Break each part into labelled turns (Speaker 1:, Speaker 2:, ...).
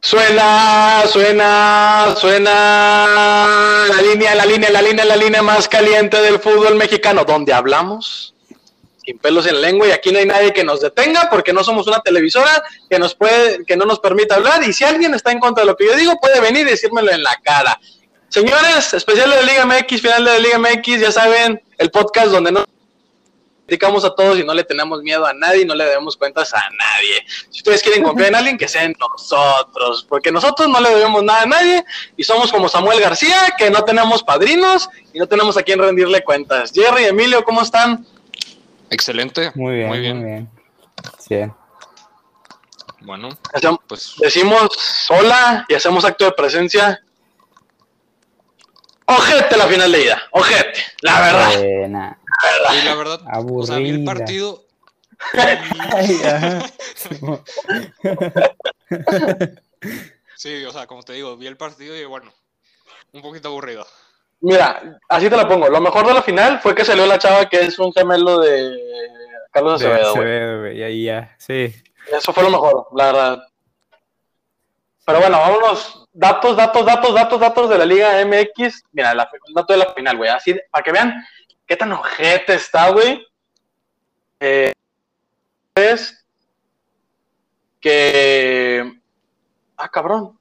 Speaker 1: Suena, suena, suena la línea, la línea, la línea, la línea más caliente del fútbol mexicano, donde hablamos sin pelos en lengua y aquí no hay nadie que nos detenga porque no somos una televisora que nos puede, que no nos permite hablar y si alguien está en contra de lo que yo digo puede venir y decírmelo en la cara. Señores, especial de Liga MX, final de Liga MX, ya saben, el podcast donde no criticamos a todos y no le tenemos miedo a nadie, no le debemos cuentas a nadie. Si ustedes quieren confiar en alguien, que sea en nosotros, porque nosotros no le debemos nada a nadie y somos como Samuel García, que no tenemos padrinos y no tenemos a quien rendirle cuentas. Jerry, Emilio, ¿cómo están?
Speaker 2: Excelente.
Speaker 3: Muy bien, muy bien. Muy bien. Sí.
Speaker 2: Bueno,
Speaker 1: Hacem-
Speaker 2: pues
Speaker 1: Decimos hola y hacemos acto de presencia. Ojete la final de ida, ojete, la verdad.
Speaker 3: Eh, nah.
Speaker 2: y la verdad, o sea, vi el
Speaker 3: Aburrida.
Speaker 2: partido
Speaker 3: Ay, ajá. Simón.
Speaker 2: Sí, o sea, como te digo, vi el partido y bueno, un poquito aburrido.
Speaker 1: Mira, así te la pongo. Lo mejor de la final fue que salió la chava que es un gemelo de Carlos
Speaker 4: De
Speaker 1: Acevedo, güey.
Speaker 4: Acevedo, güey, y ahí ya, sí.
Speaker 1: Eso fue lo mejor, la verdad. Pero bueno, vámonos. Datos, datos, datos, datos, datos de la Liga MX. Mira, la, el dato de la final, güey. Así, para que vean qué tan ojete está, güey. Eh, es que... Ah, cabrón.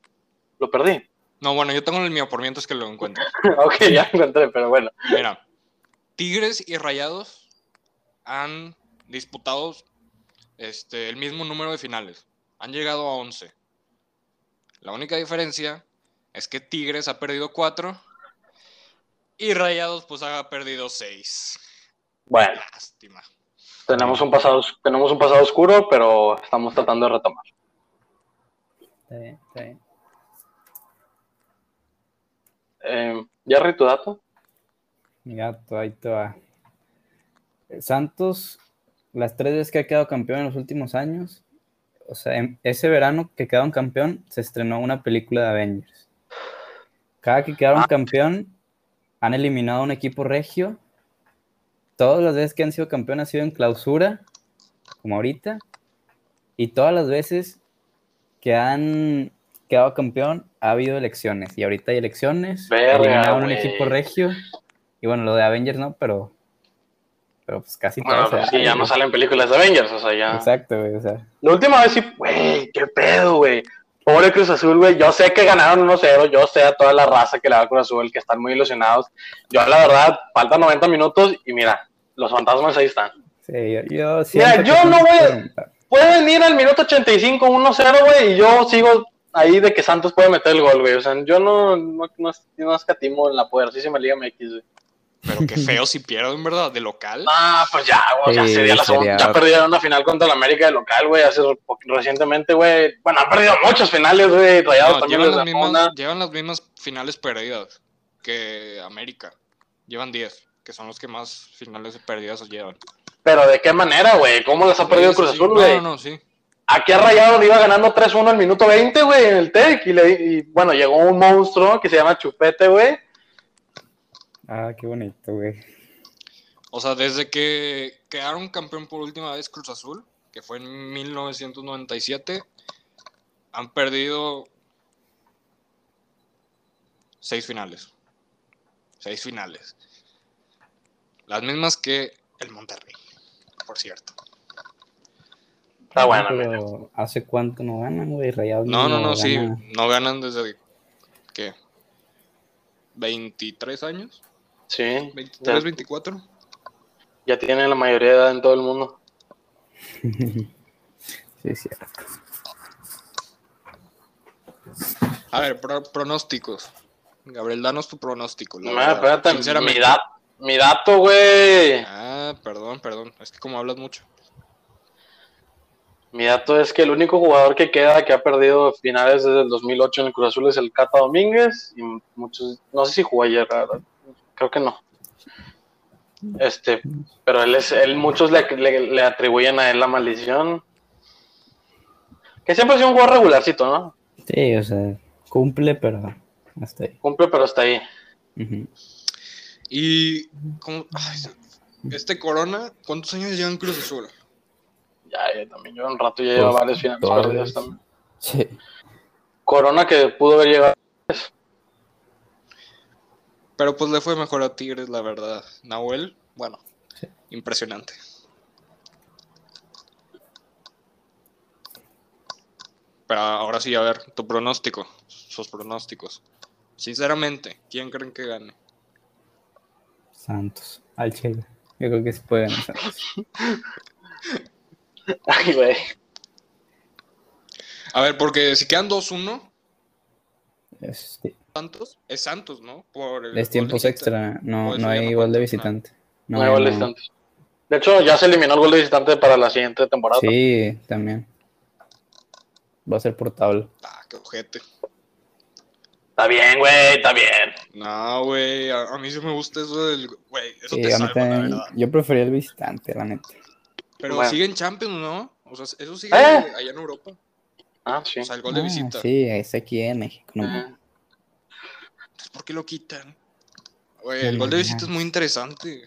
Speaker 1: Lo perdí.
Speaker 2: No, bueno, yo tengo el mío por mientras que lo encuentro.
Speaker 1: ok, ya lo encontré, pero bueno.
Speaker 2: Mira, Tigres y Rayados han disputado este, el mismo número de finales. Han llegado a 11. La única diferencia es que Tigres ha perdido 4 y Rayados pues ha perdido 6.
Speaker 1: Bueno,
Speaker 2: Lástima.
Speaker 1: tenemos un pasado, os- tenemos un pasado oscuro, pero estamos tratando de retomar.
Speaker 3: Está bien, está bien.
Speaker 1: Eh, Jerry, tu dato.
Speaker 3: Mi gato, ahí te va. Santos, las tres veces que ha quedado campeón en los últimos años, o sea, en ese verano que quedaron campeón, se estrenó una película de Avengers. Cada que
Speaker 1: Ah.
Speaker 3: quedaron campeón, han eliminado a un equipo regio. Todas las veces que han sido campeón ha sido en clausura, como ahorita. Y todas las veces que han quedado campeón, ha habido elecciones. Y ahorita hay elecciones.
Speaker 1: Verga,
Speaker 3: eliminaron un
Speaker 1: güey.
Speaker 3: equipo regio. Y bueno, lo de Avengers no, pero. Pero pues casi
Speaker 1: Bueno,
Speaker 3: todo se
Speaker 1: pues
Speaker 3: da,
Speaker 1: sí, ya no
Speaker 3: güey.
Speaker 1: salen películas de Avengers, o sea, ya.
Speaker 3: Exacto, güey. O sea,
Speaker 1: La última vez sí, güey, qué pedo, güey. Pobre Cruz Azul, güey. Yo sé que ganaron 1-0, yo sé a toda la raza que le va a Cruz Azul, que están muy ilusionados. Yo, la verdad, faltan 90 minutos y mira, los fantasmas ahí están.
Speaker 3: sí, yo, yo siento que
Speaker 1: yo
Speaker 3: son
Speaker 1: no voy a-
Speaker 3: preguntas.
Speaker 1: Pueden ir al minuto 85, 1-0, güey, y yo sigo ahí de que Santos puede meter el gol, güey. O sea, yo no, no, no, no escatimo en la poderosísima Liga MX, güey.
Speaker 2: Pero qué feo si pierden, ¿verdad? De local.
Speaker 1: Ah, pues ya, güey, ya
Speaker 3: Sí,
Speaker 1: sería la segunda.
Speaker 3: sería-
Speaker 1: Ya perdieron una final contra la América de local, güey, hace po- recientemente, güey. Bueno, han perdido muchas finales, güey. Rayados
Speaker 2: No,
Speaker 1: también
Speaker 2: llevan,
Speaker 1: les
Speaker 2: las
Speaker 1: da una.
Speaker 2: mismas, llevan las mismas finales perdidas que América. Llevan 10, que son los que más finales perdidas llevan.
Speaker 1: Pero ¿de qué manera, güey? ¿Cómo las ha perdido
Speaker 2: Sí,
Speaker 1: Cruz
Speaker 2: sí,
Speaker 1: Azul,
Speaker 2: no,
Speaker 1: güey?
Speaker 2: No, no, sí.
Speaker 1: Aquí a Rayados le iba ganando 3-1 al minuto 20, güey, en el TEC. Y, le- y, bueno, llegó un monstruo que se llama Chupete, güey.
Speaker 3: Ah, qué bonito, güey.
Speaker 2: O sea, desde que quedaron campeón por última vez Cruz Azul, que fue en 1997, han perdido seis finales. Seis finales. Las mismas que el Monterrey, por cierto.
Speaker 1: Está bueno, güey.
Speaker 3: Pero ¿hace cuánto no ganan, güey? Rayados
Speaker 2: No, no, no,
Speaker 3: gana.
Speaker 2: sí. No ganan desde. ¿Qué? ¿23 años?
Speaker 1: Sí,
Speaker 2: ¿23, 24?
Speaker 1: ya tiene la mayoría de edad en todo el mundo.
Speaker 3: Sí, sí.
Speaker 2: A ver, pro- pronósticos. Gabriel, danos tu pronóstico. la
Speaker 1: No,
Speaker 2: verdad,
Speaker 1: Ah, espérate, mi,
Speaker 2: sinceramente.
Speaker 1: da- mi dato, güey.
Speaker 2: Ah, perdón, perdón. Es que como hablas mucho.
Speaker 1: Mi dato es que el único jugador que queda que ha perdido finales desde el 2008 en el Cruz Azul es el Cata Domínguez y muchos, no sé si jugó ayer, la verdad, creo que no. Este, pero él es, él muchos le, le- le atribuyen a él la maldición. Que siempre ha sido un jugador regularcito, ¿no?
Speaker 3: Sí, o sea, cumple, pero hasta ahí.
Speaker 1: Cumple, pero está ahí.
Speaker 3: Ujú.
Speaker 2: Y. ¿cómo? Ay, se- este Corona, ¿cuántos años lleva en Cruz Azul?
Speaker 1: Ya, ya también lleva un rato, ya lleva
Speaker 3: Pues,
Speaker 1: varios finales
Speaker 3: todas.
Speaker 1: perdidos también.
Speaker 3: Sí.
Speaker 1: Corona que pudo haber llegado.
Speaker 2: Pero pues le fue mejor a Tigres, la verdad. Nahuel, bueno, impresionante. Pero ahora sí, a ver, tu pronóstico, sus pronósticos. Sinceramente, ¿quién creen que gane?
Speaker 3: Santos, al Chile. Yo creo que se puede ganar Santos.
Speaker 1: Ay, güey.
Speaker 2: A ver, porque si quedan 2-1,
Speaker 3: Es, sí.
Speaker 2: Santos, es Santos, ¿no? Por el
Speaker 3: es
Speaker 2: gol
Speaker 3: tiempos
Speaker 2: de visita.
Speaker 3: extra, no,
Speaker 2: Por eso ya
Speaker 3: no hay
Speaker 2: no
Speaker 3: igual
Speaker 2: cuenta,
Speaker 3: de
Speaker 2: no.
Speaker 3: visitante. No,
Speaker 1: No hay gol de
Speaker 3: no.
Speaker 1: visitante. De hecho, ya se eliminó el gol de visitante para la siguiente temporada.
Speaker 3: Sí, también. Va a ser portable.
Speaker 2: Ah, qué ojete.
Speaker 1: Está bien, güey, está bien.
Speaker 2: No, güey, a, a mí sí me gusta eso del... Güey, eso
Speaker 3: Sí,
Speaker 2: te
Speaker 3: a mí
Speaker 2: salva, la
Speaker 3: también-
Speaker 2: verdad.
Speaker 3: yo prefería el visitante, la neta.
Speaker 2: Pero
Speaker 1: Bueno.
Speaker 2: siguen Champions, ¿no? O sea, eso sigue
Speaker 1: ¿Eh?
Speaker 2: allá en Europa.
Speaker 1: Ah, sí.
Speaker 2: O sea, el gol de
Speaker 3: Ah,
Speaker 2: visita.
Speaker 3: Sí, es aquí en México. no mames.
Speaker 1: Ah.
Speaker 2: Entonces, ¿Por qué lo quitan? Güey, el gol de visita es muy interesante.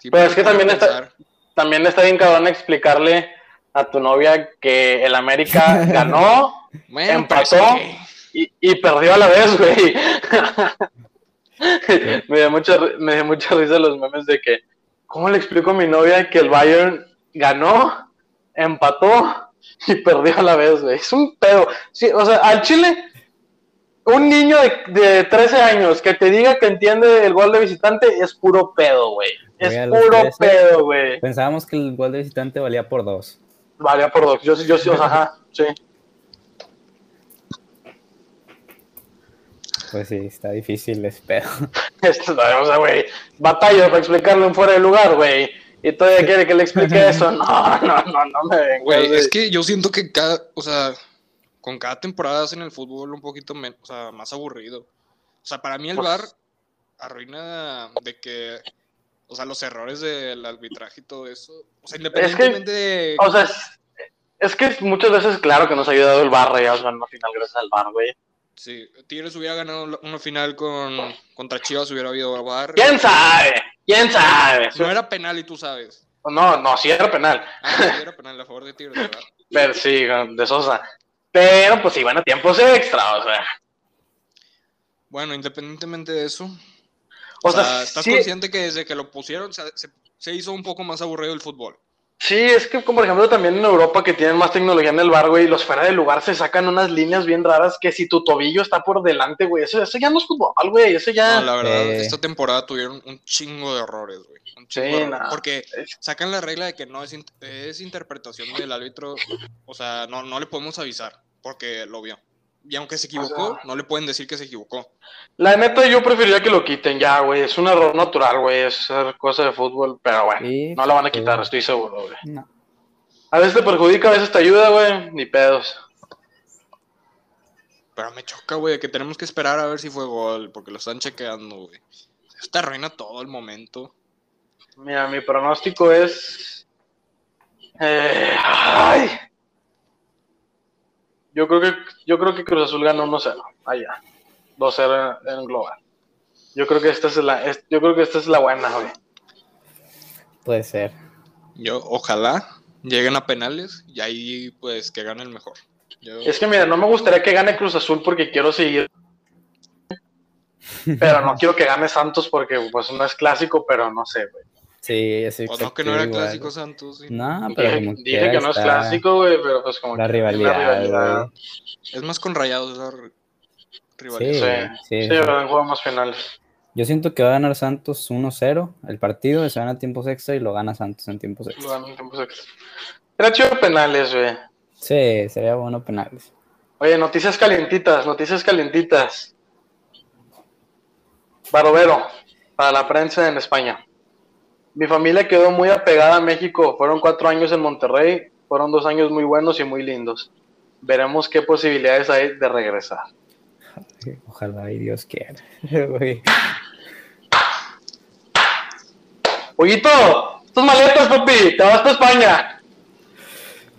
Speaker 2: Sí,
Speaker 1: Pero es que
Speaker 2: me pone
Speaker 1: también
Speaker 2: a
Speaker 1: está-
Speaker 2: pensar.
Speaker 1: También está bien cabrón explicarle a tu novia que el América ganó
Speaker 2: Bueno,
Speaker 1: empató.
Speaker 2: pero es que-
Speaker 1: y, y perdió a la vez, güey. me, dio mucha, ri- me dio mucha risa los memes de que, ¿cómo le explico a mi novia que el Bayern ganó, empató y perdió a la vez, güey? Es un pedo. Sí, o sea, al Chile, un niño de, de 13 años que te diga que entiende el gol de visitante es puro pedo, güey. Es
Speaker 3: Güey, a los
Speaker 1: puro
Speaker 3: 13.
Speaker 1: pedo, güey.
Speaker 3: Pensábamos que el gol de visitante valía por dos.
Speaker 1: Vale, por dos. Yo, sí- yo sí, o sea, ajá, sí.
Speaker 3: Pues sí, está difícil, espero.
Speaker 1: Esto, o sea, güey, batalla para explicarle un fuera de lugar, güey. Y todavía quiere que le explique eso. No, no, no, no me vengas,
Speaker 2: Güey,
Speaker 1: güey.
Speaker 2: es que yo siento que cada, o sea, con cada temporada hacen el fútbol un poquito menos, o sea, más aburrido. O sea, para mí el
Speaker 1: Pues-
Speaker 2: VAR arruina de que, o sea, los errores del arbitraje y todo eso. O sea, independientemente de...
Speaker 1: O sea, es, es que muchas veces, claro que nos ha ayudado el bar, ya, o sea, al final gracias al bar, güey.
Speaker 2: Sí, Tigres hubiera ganado la- una final con, contra Chivas, hubiera habido VAR.
Speaker 1: ¿Quién sabe? ¿Quién sabe?
Speaker 2: No era penal y tú sabes.
Speaker 1: No, no, sí era penal.
Speaker 2: Ah, sí, era penal a favor de Tigres, ¿verdad?
Speaker 1: Pero sí, de Sosa. Pero pues iban a tiempos extra, o sea.
Speaker 2: Bueno, independientemente de eso,
Speaker 1: O
Speaker 2: o sea,
Speaker 1: sea,
Speaker 2: estás
Speaker 1: sí,
Speaker 2: consciente que desde que lo pusieron se, se- se hizo un poco más aburrido el fútbol.
Speaker 1: Sí, es que como por ejemplo también en Europa que tienen más tecnología en el bar, güey, los fuera de lugar se sacan unas líneas bien raras que si tu tobillo está por delante, güey, eso, eso ya no es fútbol, güey, eso ya...
Speaker 2: No, la verdad,
Speaker 3: eh.
Speaker 2: esta temporada tuvieron un chingo de errores, güey. Un chingo
Speaker 1: Sí,
Speaker 2: de errores.
Speaker 1: no.
Speaker 2: Porque sacan la regla de que no es, int- es interpretación del árbitro, o sea, no, no le podemos avisar porque lo vio. Y aunque se equivocó,
Speaker 1: sea-
Speaker 2: no le pueden decir que se equivocó.
Speaker 1: La neta yo preferiría que lo quiten ya, güey, es un error natural, güey, es ser cosa de fútbol, pero bueno,
Speaker 3: Sí,
Speaker 1: no lo van a quitar,
Speaker 3: sí.
Speaker 1: estoy seguro, güey.
Speaker 3: No.
Speaker 1: A veces te perjudica, a veces te ayuda, güey, ni pedos.
Speaker 2: Pero me choca, güey, que tenemos que esperar a ver si fue gol, porque lo están chequeando, güey. Esta arruina todo el momento.
Speaker 1: Mira, mi pronóstico es... eh, ay. Yo creo que yo creo que Cruz Azul ganó 1-0 allá. 2-0 en, en global. Yo creo que esta es la es- yo creo que esta es la buena, güey.
Speaker 3: Puede ser.
Speaker 2: Yo, ojalá lleguen a penales y ahí, pues, que gane el mejor. Yo-
Speaker 1: Es que mira, no me gustaría que gane Cruz Azul porque quiero seguir pero no quiero que gane Santos porque pues no es clásico, pero no sé, güey.
Speaker 3: Sí, así
Speaker 2: o no, que no era clásico Santos. sí.
Speaker 3: No, pero
Speaker 1: Dije,
Speaker 3: como
Speaker 1: dije
Speaker 3: quiera
Speaker 1: que no es
Speaker 3: está
Speaker 1: clásico, güey, pero pues como
Speaker 3: La
Speaker 1: que tiene
Speaker 3: rivalidad, güey.
Speaker 2: Es más con rayados esa ri-
Speaker 3: Sí,
Speaker 2: rivalidad.
Speaker 1: Sí, sí,
Speaker 3: sí, sí.
Speaker 1: pero juego más finales.
Speaker 3: Yo siento que va a ganar Santos 1-0 el partido, se van a tiempos extra y lo gana Santos en tiempos
Speaker 1: Lo
Speaker 3: extra.
Speaker 1: ganan en tiempos extra. Era chido de penales, güey.
Speaker 3: Sí, sería bueno penales.
Speaker 1: Oye, noticias calientitas, noticias calientitas. Barovero, para la prensa en España. Mi familia quedó muy apegada a México. Fueron cuatro años en Monterrey. Fueron dos años muy buenos y muy lindos. Veremos qué posibilidades hay de regresar.
Speaker 3: Sí, Ojalá y Dios quiera. Güey.
Speaker 1: Ollito, tus maletas, papi. Te vas para España.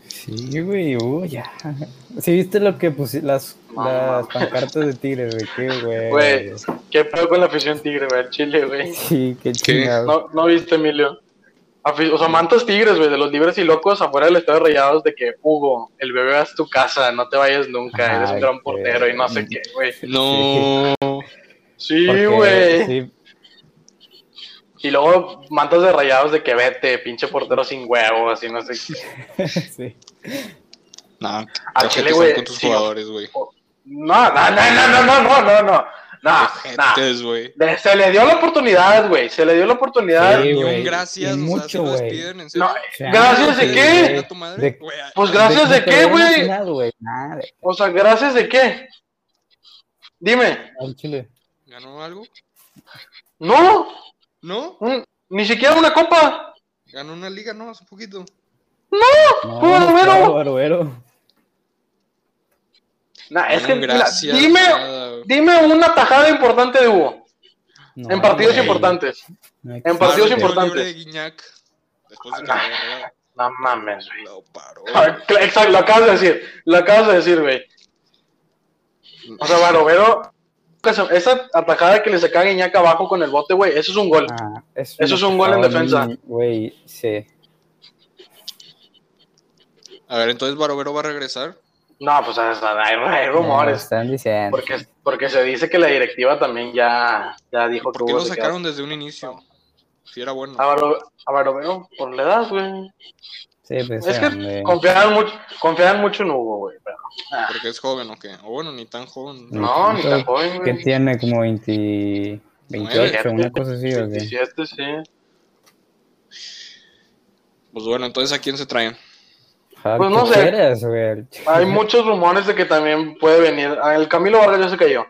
Speaker 3: Sí, güey, uy, ya. ¿Sí viste lo que puse, las, las pancartas de Tigres, güey? Qué güey.
Speaker 1: Güey, qué pedo con la afición tigre, güey. al Chile, güey.
Speaker 3: Sí, qué chingado.
Speaker 1: No, no viste, Emilio. Afi- O sea, mantas tigres, güey, de los libres y locos afuera del estadio de rayados de que, Hugo, el bebé es tu casa, no te vayas nunca, eres un
Speaker 3: Ay,
Speaker 1: gran
Speaker 3: qué-
Speaker 1: portero y no sé qué, güey.
Speaker 2: No.
Speaker 1: Sí,
Speaker 3: Porque
Speaker 1: güey.
Speaker 3: sí,
Speaker 1: Y luego mantas de rayados de que vete, pinche portero sin huevo, así no sé qué.
Speaker 3: sí.
Speaker 2: Nah,
Speaker 1: Ah,
Speaker 2: qué
Speaker 1: chile,
Speaker 2: ojetes
Speaker 1: güey,
Speaker 2: son con tus
Speaker 1: sí.
Speaker 2: jugadores, güey.
Speaker 1: No, no, no, no, no, no, no, no, no. No, no.
Speaker 2: Ojetes, güey.
Speaker 1: Le- Se le dio la oportunidad, güey. Se le dio la oportunidad.
Speaker 3: Sí,
Speaker 2: Ni
Speaker 3: güey,
Speaker 2: un gracias,
Speaker 3: y
Speaker 2: o sea, se
Speaker 3: mucho,
Speaker 2: lo
Speaker 3: güey.
Speaker 2: despiden, en serio.
Speaker 1: No,
Speaker 3: O sea,
Speaker 1: ¿Gracias de
Speaker 3: sí,
Speaker 1: qué?
Speaker 2: ¿A tu madre?
Speaker 3: De-
Speaker 2: Güey,
Speaker 1: Pues gracias de
Speaker 3: Déjate
Speaker 1: qué, güey.
Speaker 3: emocionado, güey. Nada, de-
Speaker 1: O sea, gracias de qué. Dime,
Speaker 3: al chile.
Speaker 2: ¿Ganó algo?
Speaker 1: no,
Speaker 2: ¿No?
Speaker 1: un- ni siquiera una copa.
Speaker 2: Ganó una liga, no, hace poquito.
Speaker 3: No,
Speaker 1: Barbero.
Speaker 3: claro, barbero.
Speaker 1: Nah, es
Speaker 2: Ni
Speaker 1: que,
Speaker 2: un
Speaker 1: mira,
Speaker 2: Mm, gracias,
Speaker 1: dime,
Speaker 2: nada, güey.
Speaker 1: dime una tajada importante de Hugo.
Speaker 3: No,
Speaker 1: en partidos
Speaker 3: güey.
Speaker 1: importantes.
Speaker 3: No hay
Speaker 1: en
Speaker 3: que-
Speaker 1: partidos
Speaker 2: Ah, el tiro
Speaker 1: importantes.
Speaker 2: libre de Guiñac, después de que
Speaker 1: Ah,
Speaker 2: lo agarró,
Speaker 1: No mames, güey.
Speaker 2: lo paró.
Speaker 1: Ah, cl- Exacto, lo acabas de decir. Lo acabas de decir, güey. O sea, Barovero, esa atajada que le sacaba Guiñac abajo con el bote, güey, eso es un gol.
Speaker 3: Ah,
Speaker 1: Eso es un gol en defensa.
Speaker 3: Güey, sí.
Speaker 2: A ver, entonces Barovero va a regresar.
Speaker 1: No, pues o sea, hay, hay
Speaker 3: Lo
Speaker 1: rumores.
Speaker 3: Están diciendo.
Speaker 1: Porque, porque se dice que la directiva también ya, ya dijo que
Speaker 2: ¿Por qué
Speaker 1: Hugo
Speaker 2: lo
Speaker 1: se queda
Speaker 2: sacaron desde un
Speaker 1: Ah.
Speaker 2: inicio? Si era bueno.
Speaker 1: A Baro- a Barovero por la edad, güey.
Speaker 3: Sí, pues,
Speaker 1: es que
Speaker 3: hombre.
Speaker 1: confiaban mucho, confiaban mucho en Hugo, güey. pero-
Speaker 2: Porque es joven o qué. O bueno, ni tan joven.
Speaker 3: Mm.
Speaker 1: No, ni tan
Speaker 3: Entonces,
Speaker 1: joven,
Speaker 3: ¿Qué
Speaker 1: güey.
Speaker 3: tiene? Como 20, 28, una cosa así, ¿o qué?
Speaker 1: 27, sí.
Speaker 2: Pues bueno, entonces ¿a quién se traen?
Speaker 3: Ojalá
Speaker 1: Pues
Speaker 3: que
Speaker 1: no sé.
Speaker 3: quieras, güey.
Speaker 1: Hay muchos rumores de que también puede venir. ah, El Camilo Vargas ya se cayó.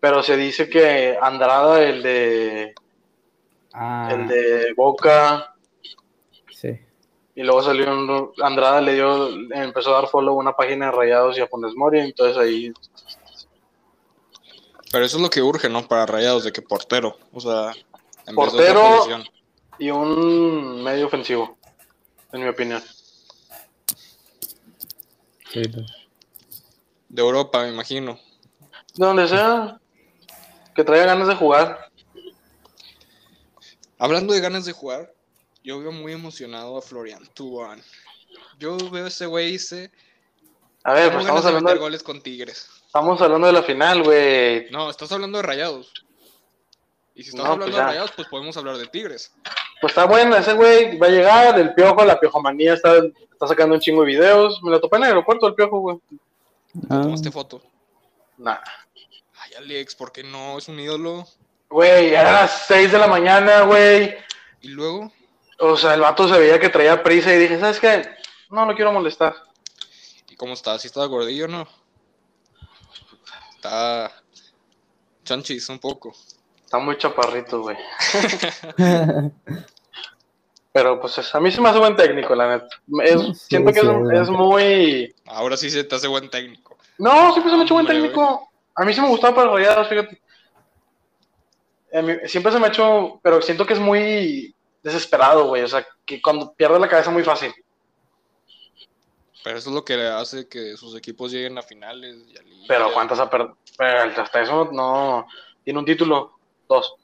Speaker 1: Pero se dice que Andrada, el de,
Speaker 3: Ah,
Speaker 1: el de Boca,
Speaker 3: sí.
Speaker 1: y luego salió un- Andrada, le dio, empezó a dar follow a una página de Rayados y a Funes Mori. Entonces ahí,
Speaker 2: Pero eso es lo que urge, ¿no? Para Rayados, de que portero. O sea, en vez de
Speaker 1: Portero.
Speaker 2: otra posición.
Speaker 1: y un medio ofensivo, en mi opinión.
Speaker 3: sí, pues.
Speaker 2: De Europa, me imagino.
Speaker 1: De donde sea, que traiga ganas de jugar.
Speaker 2: Hablando de ganas de jugar, yo veo muy emocionado a Florian Tubán. Yo veo a ese güey y dice,
Speaker 1: A ver, pues
Speaker 2: ganas
Speaker 1: estamos
Speaker 2: de
Speaker 1: hablando,
Speaker 2: meter
Speaker 1: de,
Speaker 2: goles con Tigres.
Speaker 1: estamos hablando de la final, güey.
Speaker 2: No, estás hablando de Rayados. Y si estamos
Speaker 1: No,
Speaker 2: hablando
Speaker 1: pues
Speaker 2: de
Speaker 1: ya.
Speaker 2: Rayados, pues podemos hablar de Tigres.
Speaker 1: Pues está bueno, ese güey va a llegar, el piojo, la piojomanía está, está sacando un chingo de videos. Me lo topé en el aeropuerto, el piojo, güey.
Speaker 3: Ah,
Speaker 2: Tomaste foto.
Speaker 1: Nah.
Speaker 2: Ay, Alex, ¿por qué no? Es un ídolo.
Speaker 1: Güey, era las 6 de la mañana, güey.
Speaker 2: Y luego,
Speaker 1: O sea, el vato se veía que traía prisa y dije, ¿sabes qué? No, no quiero molestar.
Speaker 2: ¿y cómo está? ¿Sí está gordillo o no? Está chanchis un poco.
Speaker 1: Está muy chaparrito, güey. Pero pues es- a mí se me hace buen técnico, la neta. Es-
Speaker 3: Sí,
Speaker 1: siento que
Speaker 3: sí,
Speaker 1: es-
Speaker 3: es buen
Speaker 1: es muy...
Speaker 2: Ahora sí se te hace buen técnico.
Speaker 1: No, siempre se me ha hecho buen
Speaker 2: Hombre,
Speaker 1: técnico. A mí sí me gustaba para Rayados, fíjate. A mí siempre se me ha hecho, pero siento que es muy desesperado, güey. O sea, que cuando pierde la cabeza muy fácil.
Speaker 2: Pero eso es lo que hace que sus equipos lleguen a finales. y a liga.
Speaker 1: Pero cuántas ha perdido. Pero hasta eso no. Tiene un título. Dos.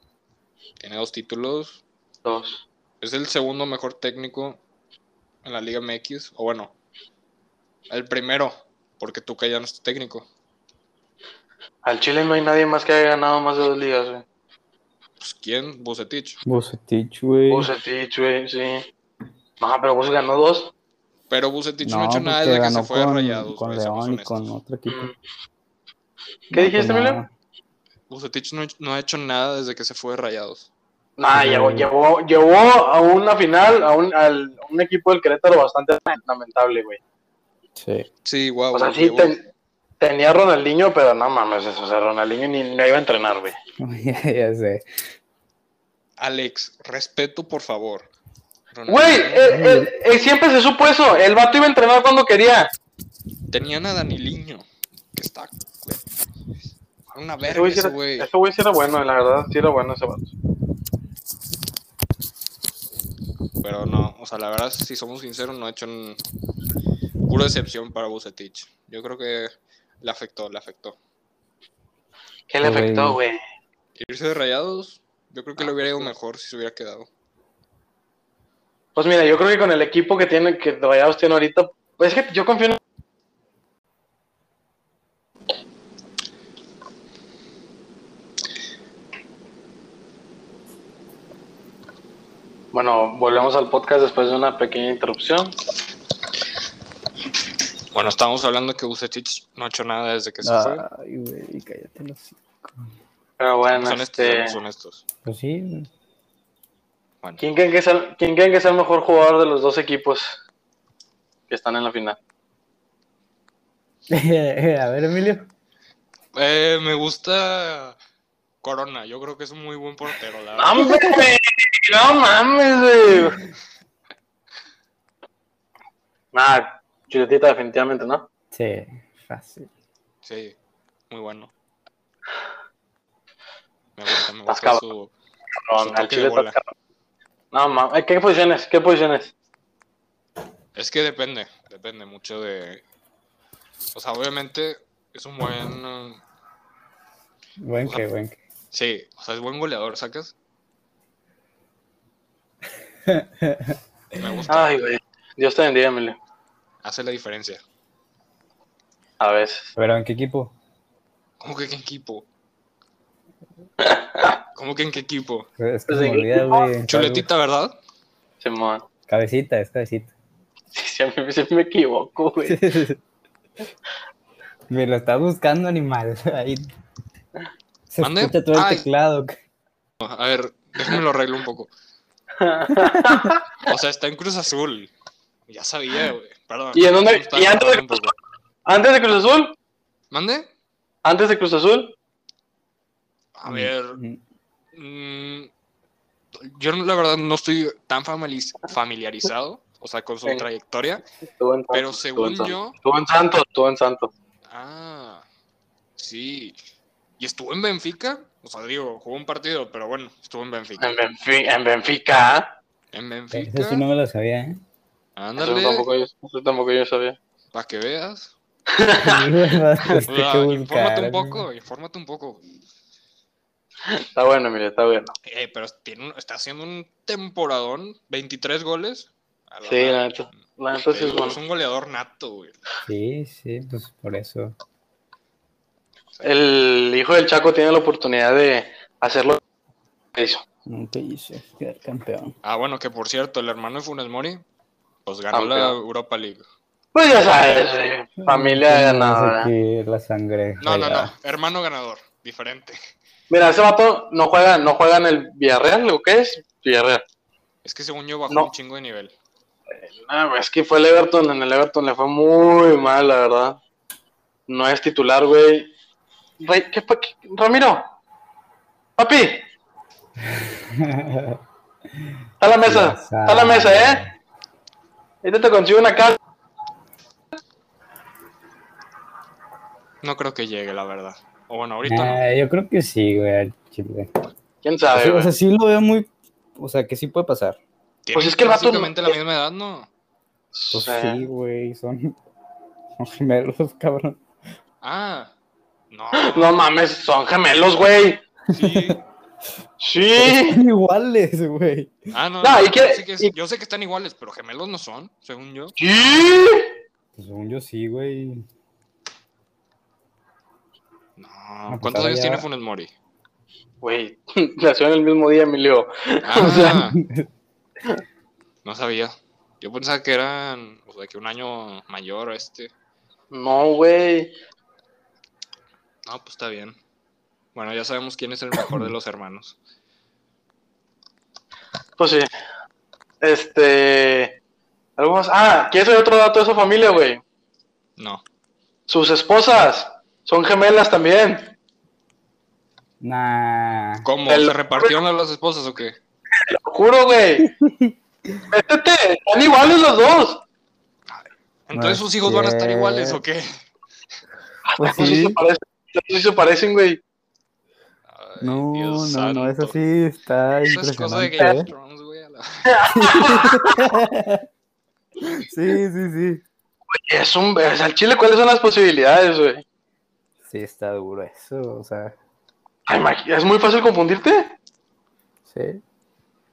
Speaker 2: Tiene dos títulos.
Speaker 1: Dos.
Speaker 2: Es el segundo mejor técnico en la Liga MX. O bueno, el primero, porque Tuca ya no es técnico.
Speaker 1: Al Chile no hay nadie más que haya ganado más de dos ligas, güey.
Speaker 2: Pues, ¿quién? Bucetich.
Speaker 3: Bucetich, güey.
Speaker 1: Bucetich, güey, sí. No, pero vos ganó dos.
Speaker 2: Pero Bucetich no, ha
Speaker 3: No,
Speaker 2: hecho nada desde
Speaker 3: porque
Speaker 2: que se
Speaker 3: ganó
Speaker 2: fue a
Speaker 3: con-
Speaker 2: Rayados.
Speaker 3: Con
Speaker 2: güey, seamos
Speaker 3: León y
Speaker 2: honestos.
Speaker 3: con otro equipo. pues
Speaker 1: Mm. ¿Qué dijiste,
Speaker 3: Milán?
Speaker 1: Milan?
Speaker 2: Bucetich no, no ha hecho nada desde que se fue a Rayados.
Speaker 1: Nah,
Speaker 3: Sí.
Speaker 1: llevó, llevó, llevó a una final a un, al- a un equipo del Querétaro bastante lamentable, güey.
Speaker 3: Sí.
Speaker 2: Sí, guau.
Speaker 1: O sea,
Speaker 2: güey,
Speaker 1: sí,
Speaker 2: llevó-
Speaker 1: ten- tenía a Ronaldinho, pero no mames, o sea, Ronaldinho ni no iba a entrenar, güey.
Speaker 3: ya sé.
Speaker 2: Alex, respeto, por favor. Ronaldo.
Speaker 1: Güey, eh, eh, eh, siempre se supo eso, el vato iba a entrenar cuando quería.
Speaker 2: Tenían a Daniliño, que está... güey, era Una
Speaker 1: Ese
Speaker 2: verga
Speaker 1: güey sí
Speaker 2: ese
Speaker 1: era,
Speaker 2: güey.
Speaker 1: ese güey sí era bueno, la verdad, sí era bueno ese vato.
Speaker 2: Pero no, o sea, la verdad, si somos sinceros, no ha hecho un... pura decepción para Bucetich. Yo creo que le afectó, le afectó.
Speaker 1: ¿Qué le
Speaker 3: Sí, güey.
Speaker 1: afectó, güey? Ah,
Speaker 2: Irse de rayados, yo creo que le hubiera ido mejor si se hubiera quedado.
Speaker 1: O Pues mira, yo creo que con el equipo que tiene, que Rayados tiene ahorita, pues es que yo confío en. Bueno, volvemos al podcast después de una pequeña interrupción.
Speaker 2: Bueno, estábamos hablando que Bucetich no ha hecho nada desde que se
Speaker 3: Ah.
Speaker 2: fue.
Speaker 3: Ay, güey, cállate los cinco.
Speaker 1: Pero bueno,
Speaker 2: Son
Speaker 1: este,
Speaker 2: estos, son estos.
Speaker 3: Pues sí, güey.
Speaker 2: Bueno,
Speaker 1: ¿quién, creen que es el, ¿quién creen que es el mejor jugador de los dos equipos que están en la final?
Speaker 3: A ver, Emilio.
Speaker 2: Eh, me gusta Corona. Yo creo que es un muy buen portero,
Speaker 1: Ah,
Speaker 2: la verdad.
Speaker 1: ¡Hombre! ¡No mames, güey! Nah, Ah, chuletita definitivamente, ¿no?
Speaker 3: Sí, fácil.
Speaker 2: Sí, muy bueno. Me gusta, me
Speaker 1: Estás
Speaker 2: gusta su.
Speaker 1: No,
Speaker 2: Su
Speaker 1: al
Speaker 2: toque
Speaker 1: chile
Speaker 2: de
Speaker 1: está
Speaker 2: bola.
Speaker 1: cabrón. No mames, Eh, ¿qué posiciones? ¿Qué posiciones?
Speaker 2: Es que depende, depende mucho de. O sea, obviamente es un buen. eh,
Speaker 3: Buen que, buen que.
Speaker 2: Sí, o sea, es buen goleador, ¿sacas? Me gusta,
Speaker 1: Ay, güey. Dios te bendiga, Emilio.
Speaker 2: hace la diferencia.
Speaker 1: A veces.
Speaker 3: Pero ¿en qué equipo?
Speaker 2: ¿Cómo que en qué equipo? ¿Cómo que en qué equipo?
Speaker 3: Es que
Speaker 1: Pues,
Speaker 3: se
Speaker 1: ¿en
Speaker 3: me
Speaker 1: qué
Speaker 3: olvida,
Speaker 1: equipo?
Speaker 3: güey.
Speaker 2: Chuletita, ¿verdad?
Speaker 1: Simón.
Speaker 3: Cabecita, es cabecita.
Speaker 1: Sí, sí, a mí siempre me equivoco, güey.
Speaker 3: me lo estás buscando, animal. Ahí. Se
Speaker 2: ¿Mande?
Speaker 3: escucha todo el
Speaker 2: Ay.
Speaker 3: teclado.
Speaker 2: A ver, déjame lo arreglo un poco. O sea, está en Cruz Azul. Ya sabía, güey. Perdón.
Speaker 1: ¿Y en dónde-
Speaker 2: Está
Speaker 1: y antes de-
Speaker 2: un poco.
Speaker 1: ¿Antes de Cruz Azul?
Speaker 2: ¿Mande?
Speaker 1: ¿Antes de Cruz Azul?
Speaker 2: A ver,
Speaker 3: Mm,
Speaker 2: Mm, yo no- la verdad no estoy tan famili- familiarizado, o sea, con su
Speaker 1: Venga.
Speaker 2: trayectoria,
Speaker 1: Estuvo en Santos,
Speaker 2: pero
Speaker 1: estuvo en
Speaker 2: según
Speaker 1: Santos.
Speaker 2: yo,
Speaker 1: Estuvo en Santos, estuvo en Santos.
Speaker 2: ah, sí, y estuvo en Benfica, o sea, digo, jugó un partido, pero bueno, estuvo en Benfica.
Speaker 1: En, Benfi- en Benfica.
Speaker 2: En
Speaker 3: Ese
Speaker 2: Benfica,
Speaker 3: sí no me lo sabía, ¿eh?
Speaker 1: Eso
Speaker 2: ándale,
Speaker 1: tampoco, yo, eso tampoco yo sabía.
Speaker 2: para que veas.
Speaker 3: Sí, güey, vas a
Speaker 2: O
Speaker 3: tener que
Speaker 2: sea, Pues, ah, infórmate
Speaker 3: buscar,
Speaker 2: un poco, infórmate un poco.
Speaker 1: Está bueno, Emilio, está bueno.
Speaker 2: Eh, pero tiene un- está haciendo un temporadón, 23 goles. a la
Speaker 1: Sí, la
Speaker 2: madre.
Speaker 1: neta. La neta sí es
Speaker 2: Es
Speaker 1: bueno.
Speaker 2: un goleador nato, güey.
Speaker 3: Sí, sí, pues por eso.
Speaker 1: El hijo del Chaco tiene la oportunidad de hacerlo. Pues Eso.
Speaker 3: Nunca hice quedar campeón.
Speaker 2: Ah, bueno, que por cierto, el hermano de Funes Mori, pues ganó la
Speaker 1: Campeón.
Speaker 2: Europa League.
Speaker 1: Pues ya sabes, eh, familia de ganadora.
Speaker 3: Aquí la sangre.
Speaker 2: No, no, no,
Speaker 3: rayada.
Speaker 2: hermano ganador, diferente.
Speaker 1: Mira, ese vato no juega, no juega en el Villarreal, ¿o qué es? Villarreal.
Speaker 2: Es que según yo bajó
Speaker 1: No.
Speaker 2: un chingo de nivel.
Speaker 1: Ah, güey, es que fue el Everton, en el Everton le fue muy mal, la verdad. No es titular, güey. Güey, ¿qué fue? ¿Qué- Ramiro, papi, está la mesa, está la mesa, ¿eh? Ahorita te consigo una casa.
Speaker 2: No creo que llegue, la verdad. O bueno, ahorita no.
Speaker 3: Eh, yo creo que sí, güey, al chile.
Speaker 1: ¿Quién
Speaker 3: Sí,
Speaker 1: sabe?
Speaker 3: o
Speaker 1: güey?
Speaker 3: sea, Pues sí lo veo muy. O sea, que sí puede pasar.
Speaker 2: Tienen
Speaker 1: es que el vato no-
Speaker 2: Básicamente la misma edad, ¿no?
Speaker 1: O
Speaker 3: Pues
Speaker 1: sea,
Speaker 3: sí, güey, son. Son gemelos, cabrón.
Speaker 2: Ah, no.
Speaker 1: No mames, son gemelos, güey.
Speaker 2: Sí. Eh.
Speaker 1: Sí.
Speaker 3: Son iguales, güey.
Speaker 2: Ah, no.
Speaker 1: No,
Speaker 2: no,
Speaker 1: y
Speaker 2: yo,
Speaker 1: que-
Speaker 2: sé que es-
Speaker 1: y-
Speaker 2: yo sé que están iguales, pero gemelos no son, según yo.
Speaker 1: Sí.
Speaker 3: Pues según yo sí, güey.
Speaker 2: No.
Speaker 3: pues
Speaker 2: ¿Cuántos
Speaker 3: ahora
Speaker 2: años
Speaker 3: ya-
Speaker 2: tiene Funes Mori?
Speaker 1: Güey, nació en el mismo día, Emilio.
Speaker 2: Ah, no sabía. Yo pensaba que eran, o sea, que un año mayor este.
Speaker 1: No, güey.
Speaker 2: No, pues está bien. Bueno, ya sabemos quién es el mejor de los hermanos.
Speaker 1: Pues sí. Este. ¿Algo más? Ah, ¿quieres saber otro dato de su familia, güey?
Speaker 2: No.
Speaker 1: Sus esposas son gemelas también.
Speaker 3: Nah.
Speaker 2: ¿Cómo?
Speaker 1: El-
Speaker 2: ¿Se repartieron a las esposas o qué?
Speaker 1: Te lo juro, güey. Métete, están iguales los dos.
Speaker 2: ¿Entonces
Speaker 3: No
Speaker 2: sus
Speaker 3: es
Speaker 2: hijos van a estar iguales o
Speaker 3: cierto.
Speaker 2: qué?
Speaker 3: Pues
Speaker 1: No sé si
Speaker 3: sí.
Speaker 1: se parecen, no sé si se parecen, güey.
Speaker 2: Ay,
Speaker 3: No, no,
Speaker 2: Dios
Speaker 3: no, eso
Speaker 2: santo.
Speaker 3: sí está
Speaker 2: Eso es cosa de
Speaker 3: impresionante.
Speaker 2: Game
Speaker 3: ¿eh?
Speaker 2: of Thrones, güey. a la-
Speaker 3: ¿eh? Sí, sí, sí.
Speaker 1: Es un. o sea, al chile, ¿cuáles son las posibilidades, güey?
Speaker 3: Sí, está duro eso, o sea,
Speaker 1: Ay, imagi- ¿Es muy fácil confundirte?
Speaker 3: sí.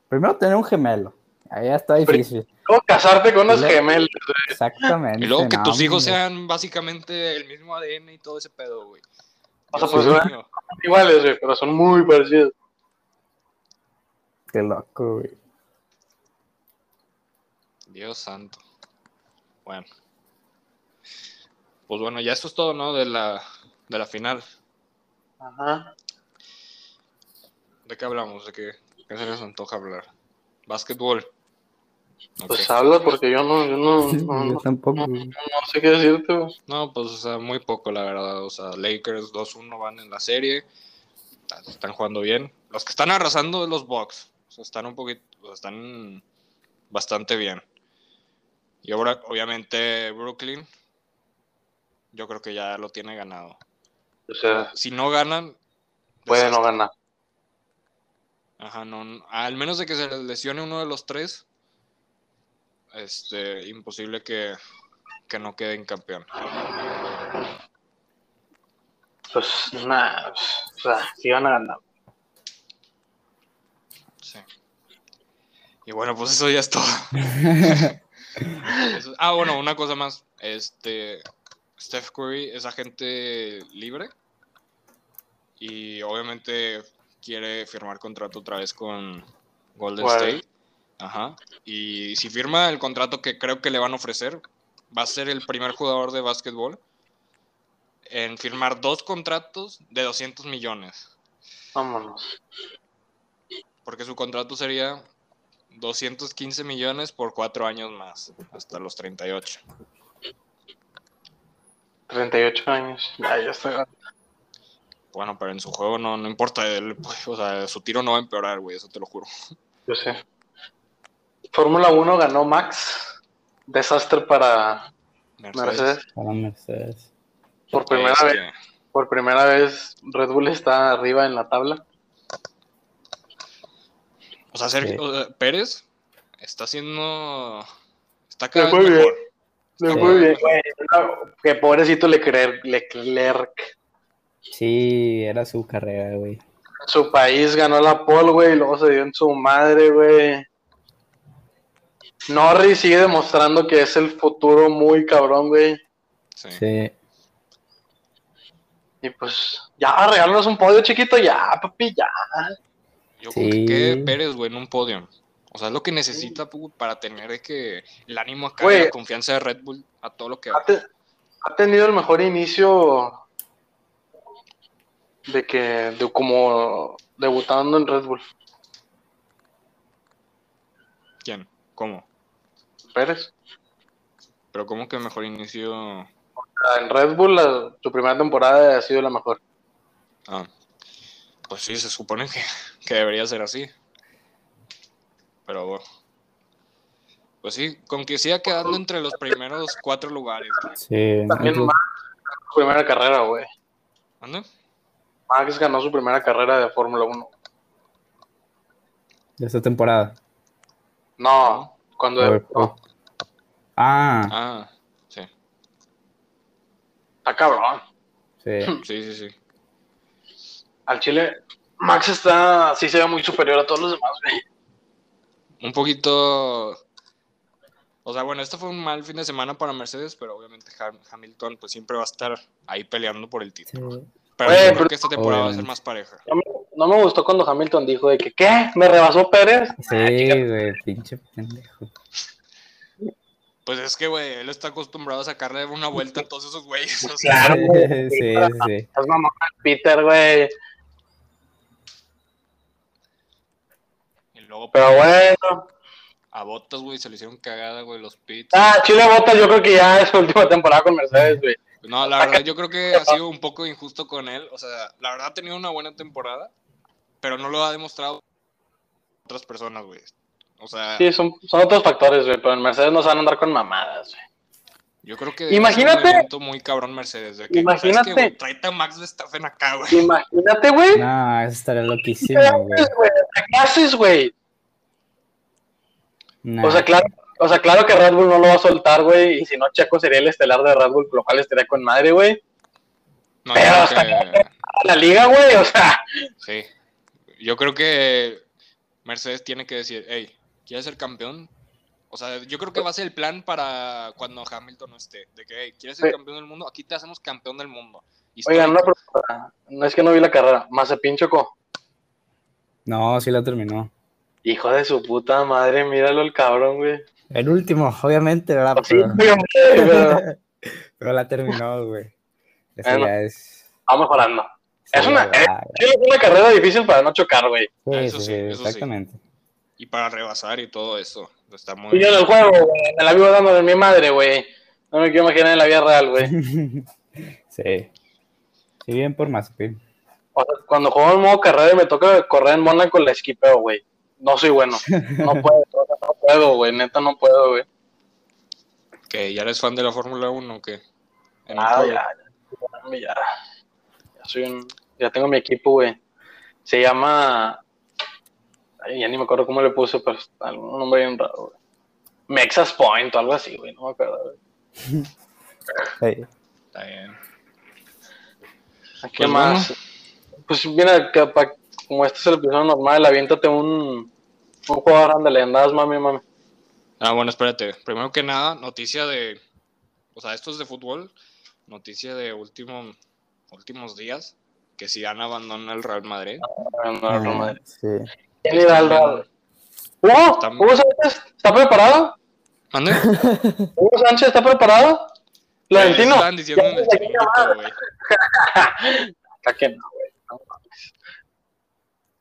Speaker 3: Primero tener un gemelo. Allá está difícil.
Speaker 1: ¿Cómo casarte con unas
Speaker 3: Lo-
Speaker 1: gemelas? güey?
Speaker 3: Exactamente.
Speaker 2: Y luego que
Speaker 3: no,
Speaker 2: tus hijos
Speaker 3: hombre.
Speaker 2: sean básicamente el mismo ADN y todo ese pedo, güey.
Speaker 1: O sea,
Speaker 2: Dios
Speaker 1: pues, güey.
Speaker 2: mío.
Speaker 1: Iguales, güey, pero son muy parecidos.
Speaker 3: Qué loco, güey.
Speaker 2: Dios santo. Bueno. Pues bueno, ya eso es todo, ¿no? De la, de la final.
Speaker 1: Ajá.
Speaker 2: ¿De qué hablamos? ¿De qué, qué se les antoja hablar? Básquetbol. Ok.
Speaker 1: Pues habla porque yo no, yo no,
Speaker 3: Sí,
Speaker 1: no,
Speaker 3: yo
Speaker 1: no-
Speaker 3: tampoco.
Speaker 1: no-
Speaker 3: güey.
Speaker 1: no sé qué decirte. güey.
Speaker 2: No, pues o sea, muy poco, la verdad. O sea, Lakers 2-1 van en la serie. Están- Están jugando bien. Los que están arrasando es los Bucks. O sea, están un poquito. o sea, están bastante bien. Y ahora, obviamente, Brooklyn. Yo creo que ya lo tiene ganado.
Speaker 1: O sea,
Speaker 2: Si no ganan. Pues
Speaker 1: puede no
Speaker 2: desastre.
Speaker 1: ganar.
Speaker 2: Ajá, no, no, Al menos de que se les lesione uno de los tres. Este, imposible que, que no queden campeón.
Speaker 1: Pues nada, pues, o sea, sí van a ganar.
Speaker 2: Sí. Y bueno, pues eso ya es todo. Eso- ah, bueno, una cosa más. Este, Steph Curry es agente libre y obviamente quiere firmar contrato otra vez con Golden
Speaker 1: Bueno.
Speaker 2: State. Ajá. Y si firma el contrato que creo que le van a ofrecer, va a ser el primer jugador de básquetbol en firmar dos contratos de 200 millones.
Speaker 1: Vámonos.
Speaker 2: Porque su contrato sería 215 millones por cuatro años más, hasta los 38.
Speaker 1: 38 años. Ya, ya está.
Speaker 2: Bueno, pero en su juego no, no importa, él, pues, o sea, su tiro no va a empeorar, güey, eso te lo juro.
Speaker 1: Yo sé. Fórmula 1 ganó Max. Desastre para Mercedes.
Speaker 3: Para Mercedes.
Speaker 1: Por primera
Speaker 2: Este,
Speaker 1: vez, por primera vez Red Bull está arriba en la tabla.
Speaker 2: O sea, Sergio,
Speaker 3: Sí.
Speaker 2: o sea, Pérez está haciendo... Está
Speaker 1: Le
Speaker 2: cada
Speaker 1: fue
Speaker 2: vez mejor.
Speaker 1: Le
Speaker 3: Sí.
Speaker 1: fue bien, güey. No, Que pobrecito Leclerc, Leclerc.
Speaker 3: Sí, era su carrera, güey.
Speaker 1: Su país ganó la pole, güey, y luego se dio en su madre, güey. Norris sigue demostrando que es el futuro muy cabrón, güey.
Speaker 2: Sí.
Speaker 3: Sí.
Speaker 1: Y pues, ya, regálanos un podio chiquito, ya, papi, ya.
Speaker 2: Yo
Speaker 3: Sí.
Speaker 2: creo que Pérez, güey, en un podio. O sea, es lo que necesita pu, para tener es que el ánimo acá,
Speaker 1: Güey.
Speaker 2: la confianza de Red Bull a todo lo que
Speaker 1: Ha,
Speaker 2: va.
Speaker 1: te- ha tenido el mejor inicio de que, de como debutando en Red Bull.
Speaker 2: ¿Quién? ¿Cómo?
Speaker 1: Pérez.
Speaker 2: Pero ¿cómo que mejor inicio?
Speaker 1: En Red Bull, la- su primera temporada ha sido la mejor.
Speaker 2: Ah, pues sí, se supone que, que debería ser así. Pero bueno. Pues sí, con que siga quedando entre los primeros cuatro lugares. güey.
Speaker 3: Sí.
Speaker 1: También
Speaker 3: entonces-
Speaker 1: Max, su primera carrera, güey.
Speaker 2: ¿Ande?
Speaker 1: Max ganó su primera carrera de Fórmula 1.
Speaker 3: de esta temporada.
Speaker 1: No, cuando
Speaker 3: A ver,
Speaker 1: debutó.
Speaker 3: pues. Ah,
Speaker 2: Ah, sí,
Speaker 1: Está cabrón.
Speaker 3: sí.
Speaker 2: sí, sí, sí.
Speaker 1: Al Chile, Max está, sí se ve muy superior a todos los demás, güey.
Speaker 2: Un poquito... O sea, bueno, este fue un mal fin de semana para Mercedes, pero obviamente Ham- Hamilton pues siempre va a estar ahí peleando por el
Speaker 3: Sí.
Speaker 2: título. Pero yo
Speaker 1: Güey,
Speaker 2: creo
Speaker 1: pero-
Speaker 2: que esta temporada va a ser
Speaker 3: Obviamente.
Speaker 2: más pareja.
Speaker 1: No me, no me gustó cuando Hamilton dijo de que, ¿qué? ¿Me rebasó Pérez?
Speaker 3: Sí,
Speaker 2: Ah,
Speaker 3: güey, pinche pendejo.
Speaker 2: Pues es que, güey, él está acostumbrado a sacarle una vuelta a todos esos güeyes. o sea,
Speaker 1: Claro,
Speaker 3: Sí, sí, sí.
Speaker 1: Es mamá, Peter, güey.
Speaker 2: y luego,
Speaker 1: Pero bueno.
Speaker 2: A Botas, güey, se le hicieron cagada, güey, los pits.
Speaker 1: Ah, Chile Botas, yo creo que ya es su última temporada con Mercedes, güey.
Speaker 2: No,
Speaker 1: ah,
Speaker 2: la verdad, yo creo que ha sido un poco injusto con él. O sea, la verdad ha tenido una buena temporada, pero no lo ha demostrado otras personas, güey. O sea,
Speaker 1: Sí, son, son otros factores, güey, pero en Mercedes no se van a andar con mamadas, güey.
Speaker 2: yo creo que.
Speaker 1: Imagínate-
Speaker 2: es un movimiento muy cabrón Mercedes. de que, ¿sabes qué,
Speaker 1: Imagínate-
Speaker 2: güey? Tráete a Max Verstappen acá, güey.
Speaker 1: Imagínate, güey.
Speaker 3: No, eso estaría
Speaker 1: ¿Qué
Speaker 3: loquísimo, güey.
Speaker 1: haces, güey? ¿Qué haces, güey?
Speaker 3: Nah.
Speaker 1: O sea, claro, o sea, claro que Red Bull no lo va a soltar, güey. Y si no, Checo sería el estelar de Red Bull, lo cual estaría con madre, güey.
Speaker 2: No,
Speaker 1: Pero
Speaker 2: yo
Speaker 1: hasta
Speaker 2: creo que-
Speaker 1: A la liga, güey. O sea,
Speaker 2: Sí. Yo creo que Mercedes tiene que decir, hey, quiere ser campeón. O sea, yo creo que va a ser el plan para cuando Hamilton no esté. De que, hey, ¿quieres ser
Speaker 1: Oye.
Speaker 2: campeón del mundo? Aquí te hacemos campeón del mundo.
Speaker 1: Oigan, una
Speaker 2: Histórico.
Speaker 1: pregunta. No es que no vi la carrera. Mazapin chocó.
Speaker 3: No, sí la terminó.
Speaker 1: Hijo de su puta madre, míralo el cabrón, güey.
Speaker 3: El último, obviamente, ¿verdad?
Speaker 1: Ah, Sí,
Speaker 3: Pero,
Speaker 1: güey, pero
Speaker 3: pero la terminó, güey. Esa
Speaker 1: Bueno.
Speaker 3: ya es.
Speaker 1: vamos mejorando. Es
Speaker 3: sí,
Speaker 1: una-
Speaker 3: va, va.
Speaker 1: Sí, es una carrera difícil para no chocar, güey.
Speaker 3: Sí,
Speaker 2: Ah, Eso
Speaker 3: sí,
Speaker 2: sí,
Speaker 3: sí,
Speaker 2: eso sí.
Speaker 3: exactamente.
Speaker 2: Y para rebasar y todo eso. Está muy
Speaker 1: Y yo en el juego, güey, me la vivo dando de mi madre, güey. No me quiero imaginar en la vida real, güey.
Speaker 3: sí. Sí, bien por Mazepin.
Speaker 1: O sea, cuando juego en modo carrera y me toca correr en Mónaco, la esquipeo, güey. No soy bueno. No puedo, o sea, no puedo, güey. Neta, no puedo, güey.
Speaker 2: ¿Que ya eres fan de la Fórmula 1 o qué? En el
Speaker 1: Ah,
Speaker 2: juego.
Speaker 1: ya, ya, ya, ya soy un- ya tengo mi equipo, güey. Se llama. ay, ya ni me acuerdo cómo le puse, pero es algún nombre bien raro, güey. Mexas Point o algo así, güey. No me acuerdo, güey.
Speaker 3: Sí.
Speaker 2: Está bien.
Speaker 1: ¿A ¿Qué
Speaker 2: Pues
Speaker 1: más? Pues mira, que pa- como este es el episodio normal, aviéntate un, un jugador, ándale, andas, mami, mami.
Speaker 2: Ah, bueno, espérate. Primero que nada, noticia de. O sea, esto es de fútbol. Noticia de último, últimos días. Que Zidane abandona el Real Madrid.
Speaker 1: No, no, no, madre.
Speaker 3: sí.
Speaker 1: ¿Quién irá al Real? Hugo,
Speaker 2: Tam-
Speaker 1: Hugo Sánchez, ¿está preparado?
Speaker 2: ¿Mande?
Speaker 1: Hugo Sánchez, ¿está preparado? Florentino.
Speaker 2: Estaban diciendo en el chiringuito, güey.
Speaker 1: ¿A quién no, güey? No mames.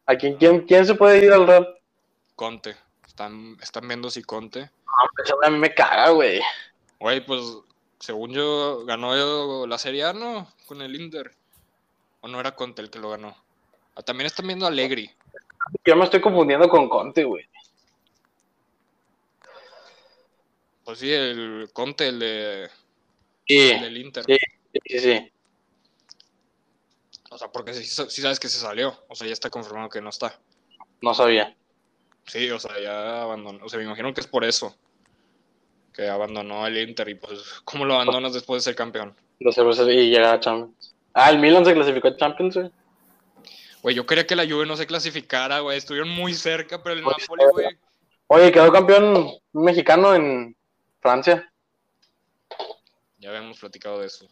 Speaker 1: ¿A quién, quién, quién se puede ir al Real?
Speaker 2: Conte. Están, están viendo si Conte.
Speaker 1: No, pues, a mí me caga, güey.
Speaker 2: Güey, pues según yo, ganó la Serie A, ¿no? Con el Inter. O no era Conte el que lo ganó. Ah, también están viendo a Allegri.
Speaker 1: Yo me estoy confundiendo con Conte, güey.
Speaker 2: Pues sí, el Conte, el, de-
Speaker 1: Sí,
Speaker 2: el del Inter.
Speaker 1: Sí. sí, sí, sí.
Speaker 2: O sea, porque sí, sa- sí sabes que se salió. O sea, ya está confirmado que no está.
Speaker 1: No sabía.
Speaker 2: Sí, o sea, ya abandonó. O sea, me imagino que es por eso. Que abandonó el Inter y pues, ¿cómo lo abandonas después de ser campeón?
Speaker 1: Los cervezas y llegar a Champions. Ah, el Milan se clasificó a Champions, güey.
Speaker 2: Güey, yo quería que la Juve no se clasificara, güey. Estuvieron muy cerca, pero el
Speaker 1: Muy
Speaker 2: Napoli, güey.
Speaker 1: Oye, quedó campeón un mexicano en Francia.
Speaker 2: Ya habíamos platicado de eso.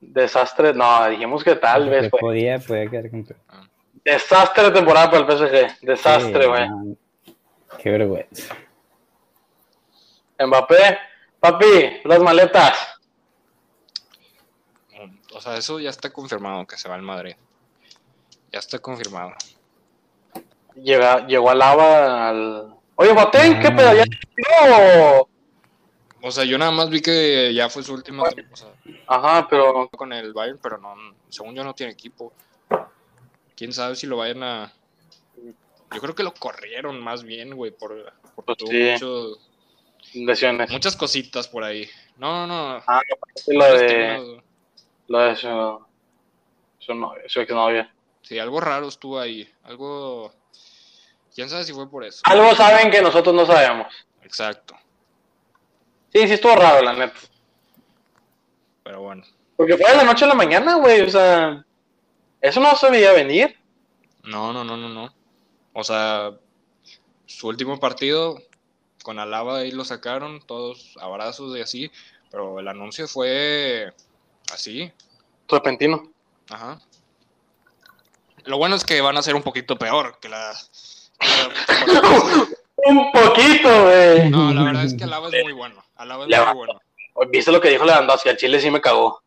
Speaker 1: Desastre. No, dijimos que tal vez,
Speaker 3: Que
Speaker 1: güey.
Speaker 3: podía, podía quedar campeón.
Speaker 1: Desastre de temporada para el PSG. Desastre,
Speaker 3: Sí,
Speaker 1: güey.
Speaker 3: no. Qué vergüenza.
Speaker 1: Mbappé, papi, las maletas.
Speaker 2: O sea, eso ya está confirmado que se va al Madrid. Ya está confirmado.
Speaker 1: Llega, llegó al lava al. Oye, Boateng, ¿qué
Speaker 3: Ah.
Speaker 1: pedo? ¿Ya no?
Speaker 2: O sea, yo nada más vi que ya fue su última o sea,
Speaker 1: Ajá, pero
Speaker 2: con el Bayern, pero no, según yo no tiene equipo. Quién sabe si lo vayan a. Yo creo que lo corrieron más bien, güey, por, por
Speaker 1: Pues
Speaker 2: tuvo
Speaker 1: sí.
Speaker 2: mucho-
Speaker 1: lesiones.
Speaker 2: muchas cositas por ahí. No, no, no.
Speaker 1: Ah, lo
Speaker 2: varios
Speaker 1: de,
Speaker 2: temas,
Speaker 1: lo de su, su, novia, su exnovia.
Speaker 2: Sí, algo raro estuvo ahí. Algo. Quién sabe si fue por eso.
Speaker 1: Algo saben que nosotros no sabemos.
Speaker 2: Exacto.
Speaker 1: Sí, sí, estuvo raro, la neta.
Speaker 2: Pero bueno.
Speaker 1: Porque fue de la noche a la mañana, güey, o sea. Eso no se veía venir.
Speaker 2: No, no, no, no, no. O sea, su último partido con Alaba ahí lo sacaron, todos abrazos y así, pero el anuncio fue así,
Speaker 1: Repentino.
Speaker 2: ajá. Lo bueno es que van a ser un poquito peor que la... que la-
Speaker 1: Un poquito, güey.
Speaker 2: No, la verdad es que Alaba es muy bueno. Alaba es
Speaker 1: Ya
Speaker 2: muy bueno.
Speaker 1: ¿Viste lo que dijo Lewandowski? Al Chile sí me cagó.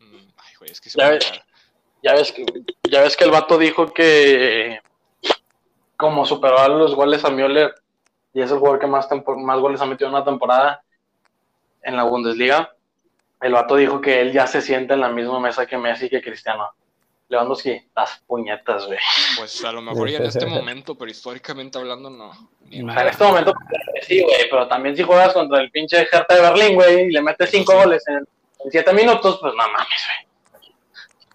Speaker 2: Mm, Ay, güey, es que se
Speaker 1: Ya
Speaker 2: va a
Speaker 1: ves.
Speaker 2: enojar.
Speaker 1: Ya ves que, ya ves que el vato dijo que como superaba los goles a Müller y es el jugador que más, tempo- más goles ha metido en una temporada en la Bundesliga, el vato dijo que él ya se sienta en la misma mesa que Messi y que Cristiano. Lewandowski, las puñetas, güey.
Speaker 2: Pues a lo mejor ya en este momento, pero históricamente hablando, no. Ni
Speaker 3: No.
Speaker 1: O sea, en
Speaker 2: madre.
Speaker 1: este momento sí, güey, pero también si juegas contra el pinche Hertha de Berlín, güey, y le metes
Speaker 2: Eso
Speaker 1: cinco
Speaker 2: sí.
Speaker 1: goles en, en siete minutos, pues no mames, güey.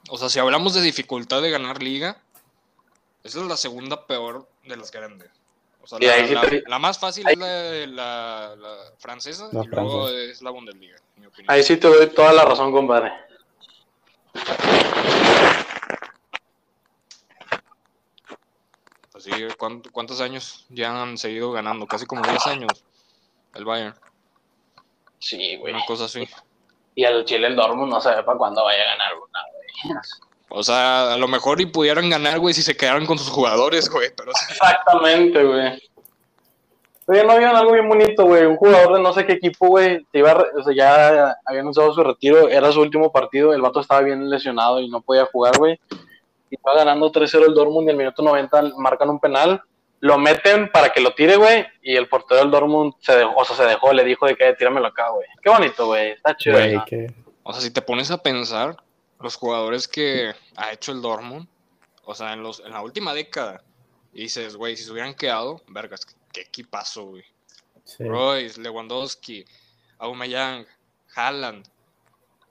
Speaker 2: O sea, si hablamos de dificultad de ganar liga, esa es la segunda peor de las grandes. O sea,
Speaker 1: Y
Speaker 2: la,
Speaker 1: ahí sí
Speaker 2: la-
Speaker 1: te-
Speaker 2: la más fácil
Speaker 1: ahí-
Speaker 2: es la, la- la francesa
Speaker 3: La
Speaker 2: y luego
Speaker 3: francesa.
Speaker 2: es la Bundesliga, en mi opinión.
Speaker 1: Ahí sí te doy toda la razón, compadre.
Speaker 2: Pues Sí, ¿cuán- ¿cuántos años ya han seguido ganando? Casi como 10 años. El Bayern,
Speaker 1: Sí, güey.
Speaker 2: una cosa así.
Speaker 1: Y al Chile el Dortmund no sabe para cuándo vaya a ganar una, güey.
Speaker 2: O sea, a lo mejor y pudieran ganar, güey, si se quedaran con sus jugadores, güey. Pero sí,
Speaker 1: Exactamente, güey. Oye, no vieron algo bien bonito, güey. Un jugador de no sé qué equipo, güey, se iba a re- o sea, ya había anunciado su retiro, era su último partido, el vato estaba bien lesionado y no podía jugar, güey. Y va ganando 3-0 el Dortmund y al minuto 90 marcan un penal, lo meten para que lo tire, güey, y el portero del Dortmund se dejó, o sea, se dejó, le dijo de que tíramelo acá, güey. Qué bonito, güey. Está chido.
Speaker 3: Güey,
Speaker 1: ¿no?
Speaker 3: que-
Speaker 2: O sea, si te pones a pensar, los jugadores que ha hecho el Dortmund, o sea, en, los, en la última década, y dices, güey, si se hubieran quedado, vergas, qué- qué equipazo, güey.
Speaker 3: sí.
Speaker 2: Royce, Lewandowski, Aubameyang, Haaland,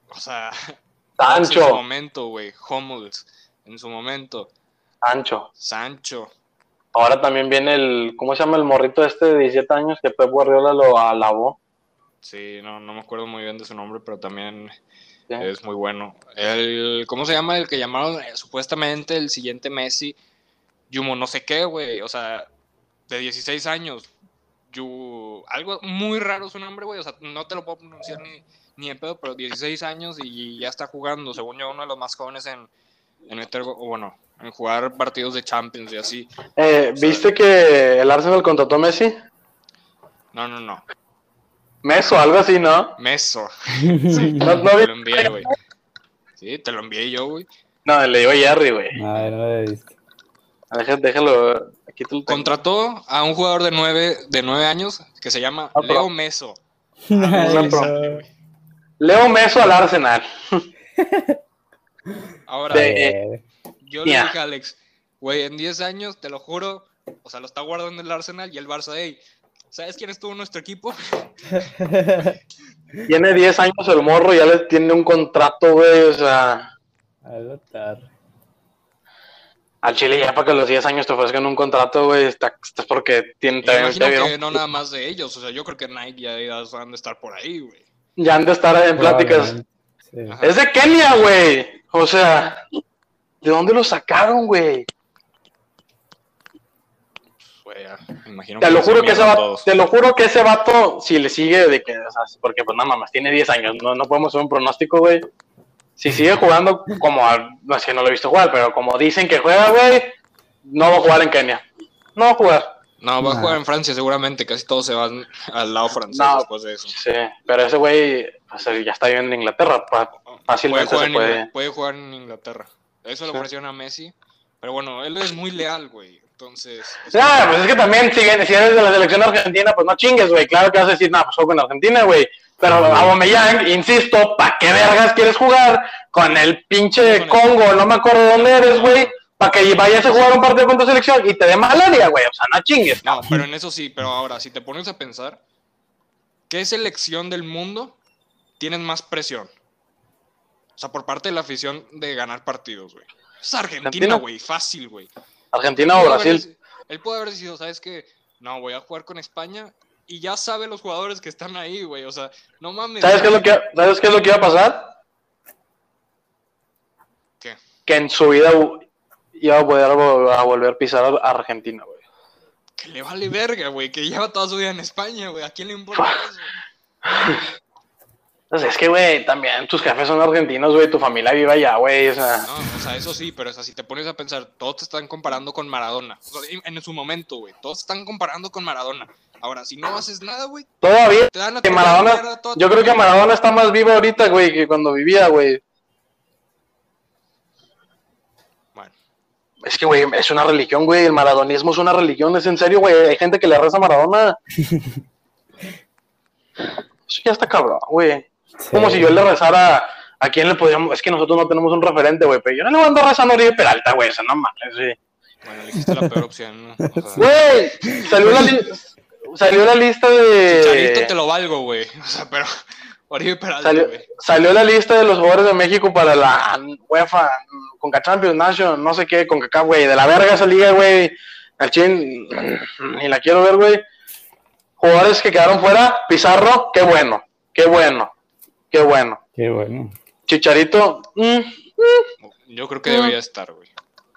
Speaker 2: o sea, en su
Speaker 1: Sancho,
Speaker 2: momento, güey, Hummels, en su momento,
Speaker 1: Sancho.
Speaker 2: Sancho,
Speaker 1: Ahora también viene el, ¿cómo se llama el morrito este de 17 años que Pep Guardiola lo alabó?
Speaker 2: sí, no, no me acuerdo muy bien de su nombre, pero también
Speaker 1: ¿sí?
Speaker 2: es muy bueno. El, ¿Cómo se llama el que llamaron eh, supuestamente el siguiente Messi? Yumo no sé qué, güey, o sea, de 16 años. Yu, algo muy raro su nombre, güey, o sea, no te lo puedo pronunciar ni, ni en pedo, pero 16 años y ya está jugando, según yo, uno de los más jóvenes en, en meter go- o bueno, en jugar partidos de Champions y así.
Speaker 1: Eh, ¿Viste que el Arsenal contrató a Messi?
Speaker 2: No, no, no.
Speaker 1: Meso, algo así, ¿no?
Speaker 2: Meso.
Speaker 1: No, no,
Speaker 2: Te lo envié, güey. Sí, te lo envié yo, güey.
Speaker 1: no, le digo Jerry, güey.
Speaker 3: A ver, no lo he visto.
Speaker 1: Ah, Déjalo, déjalo. Aquí tú lo tengo.
Speaker 2: Contrató a un jugador de nueve, de nueve años que se llama
Speaker 1: Otro.
Speaker 2: Leo Meso.
Speaker 1: Ay,
Speaker 2: Sale, güey.
Speaker 1: Leo Meso al Arsenal.
Speaker 2: Ahora,
Speaker 1: De-
Speaker 3: Eh,
Speaker 2: yo le
Speaker 1: ya.
Speaker 2: dije a Alex, güey, en 10 años, te lo juro, o sea, lo está guardando el Arsenal y el Barça, hey, ¿sabes quién estuvo en nuestro equipo?
Speaker 1: Tiene 10 años el morro, ya le tiene un contrato, güey. O sea,
Speaker 3: algo tarde.
Speaker 1: al Chile ya para que a los 10 años te ofrezcan un contrato, güey. Está, estás porque tiene,
Speaker 2: Y me
Speaker 1: te- te
Speaker 2: imagino
Speaker 1: vieron-
Speaker 2: que no nada más de ellos, o sea, yo creo que Nike ya, ya han de estar por ahí, güey.
Speaker 1: ya han de estar en pláticas.
Speaker 3: Sí.
Speaker 2: Ajá.
Speaker 1: Es de Kenia, güey. O sea, ¿de dónde lo sacaron, güey?
Speaker 2: Güey, ya, me imagino
Speaker 1: Te lo juro que ese
Speaker 2: va
Speaker 1: vato, te lo juro que ese vato, si le sigue de que, o sea, porque pues nada más tiene 10 años, no, no podemos hacer un pronóstico, güey. Si sigue jugando como, a- no es que no lo he visto jugar, pero como dicen que juega, güey, no va a jugar en Kenia. No va a jugar.
Speaker 2: No, va a
Speaker 3: Nah.
Speaker 2: jugar en Francia seguramente, casi todos se van al lado francés
Speaker 1: Ah. No.
Speaker 2: después de eso.
Speaker 1: Sí, pero ese güey o sea, ya está viviendo en Inglaterra. pa-
Speaker 2: Puede
Speaker 1: fácilmente
Speaker 2: jugar,
Speaker 1: se
Speaker 2: en
Speaker 1: puede.
Speaker 2: Ingl- puede jugar en Inglaterra. Eso lo
Speaker 1: Sí.
Speaker 2: ofrecieron a Messi. Pero bueno, él es muy leal, güey. Entonces, o sea,
Speaker 1: Ah, pues es que también, si, vienes- si eres de la selección argentina, pues no chingues, güey. Claro que vas a decir, no, pues juego con Argentina, güey. Pero Aubameyang, insisto, ¿pa' qué vergas quieres jugar con el pinche
Speaker 2: Con el-
Speaker 1: Congo? No me acuerdo dónde eres, güey. Para que vayas a jugar un partido con tu selección y te dé malaria, güey. O sea, no chingues.
Speaker 2: no, pero en eso sí. Pero ahora, si te pones a pensar, ¿qué selección del mundo tienes más presión? O sea, por parte de la afición de ganar partidos, güey. Es Argentina,
Speaker 1: Argentina.
Speaker 2: güey. Fácil, güey.
Speaker 1: Argentina o
Speaker 2: Pudo haber-
Speaker 1: Brasil.
Speaker 2: él puede haber decidido, ¿sabes qué? No, voy a jugar con España. Y ya sabe los jugadores que están ahí, güey. O sea, no mames.
Speaker 1: ¿Sabes qué es lo que, ¿sabes qué es lo que iba a pasar?
Speaker 2: ¿Qué?
Speaker 1: Que en su vida u- iba a poder vo- a volver a pisar a Argentina, güey.
Speaker 2: Que le vale verga, güey, que lleva toda su vida en España, güey. ¿A quién le importa eso?
Speaker 1: Entonces, Pues es que, güey, también tus jefes son argentinos, güey. Tu familia vive allá, güey. O sea.
Speaker 2: No, o sea, eso sí, pero o sea, si te pones a pensar, todos te están comparando con Maradona. O sea, en en su momento, güey, todos te están comparando con Maradona. Ahora, si no haces nada, güey,
Speaker 1: Todavía.
Speaker 2: te dan a
Speaker 1: Que Maradona, yo creo que Maradona está más vivo ahorita, güey, que cuando vivía, güey.
Speaker 2: Bueno,
Speaker 1: Es que, güey, es una religión, güey. El maradonismo es una religión, es en serio, güey. Hay gente que le reza a Maradona. Eso ya está cabrón, güey. Como si yo le rezara a- a quién le podríamos. Es que nosotros no tenemos un referente, güey. Pero yo no le mando rezando a Oribe Peralta, güey. Eso no mames, güey.
Speaker 2: bueno, elegiste la peor opción, ¿no? O sea,
Speaker 1: Güey, salió la, li- salió la lista de.
Speaker 2: Chicharito te lo valgo, güey. O sea, pero Oribe Peralta,
Speaker 1: Salió,
Speaker 2: güey.
Speaker 1: salió la lista de los jugadores de México para la UEFA, Conca Champions Nation, no sé qué, Concacaf, güey. De la verga esa liga, güey. Al chin, ni la quiero ver, güey. Jugadores que quedaron fuera, Pizarro, qué bueno, qué bueno, qué bueno.
Speaker 3: Qué bueno.
Speaker 1: Chicharito, mm,
Speaker 2: Yo creo que debería estar, güey.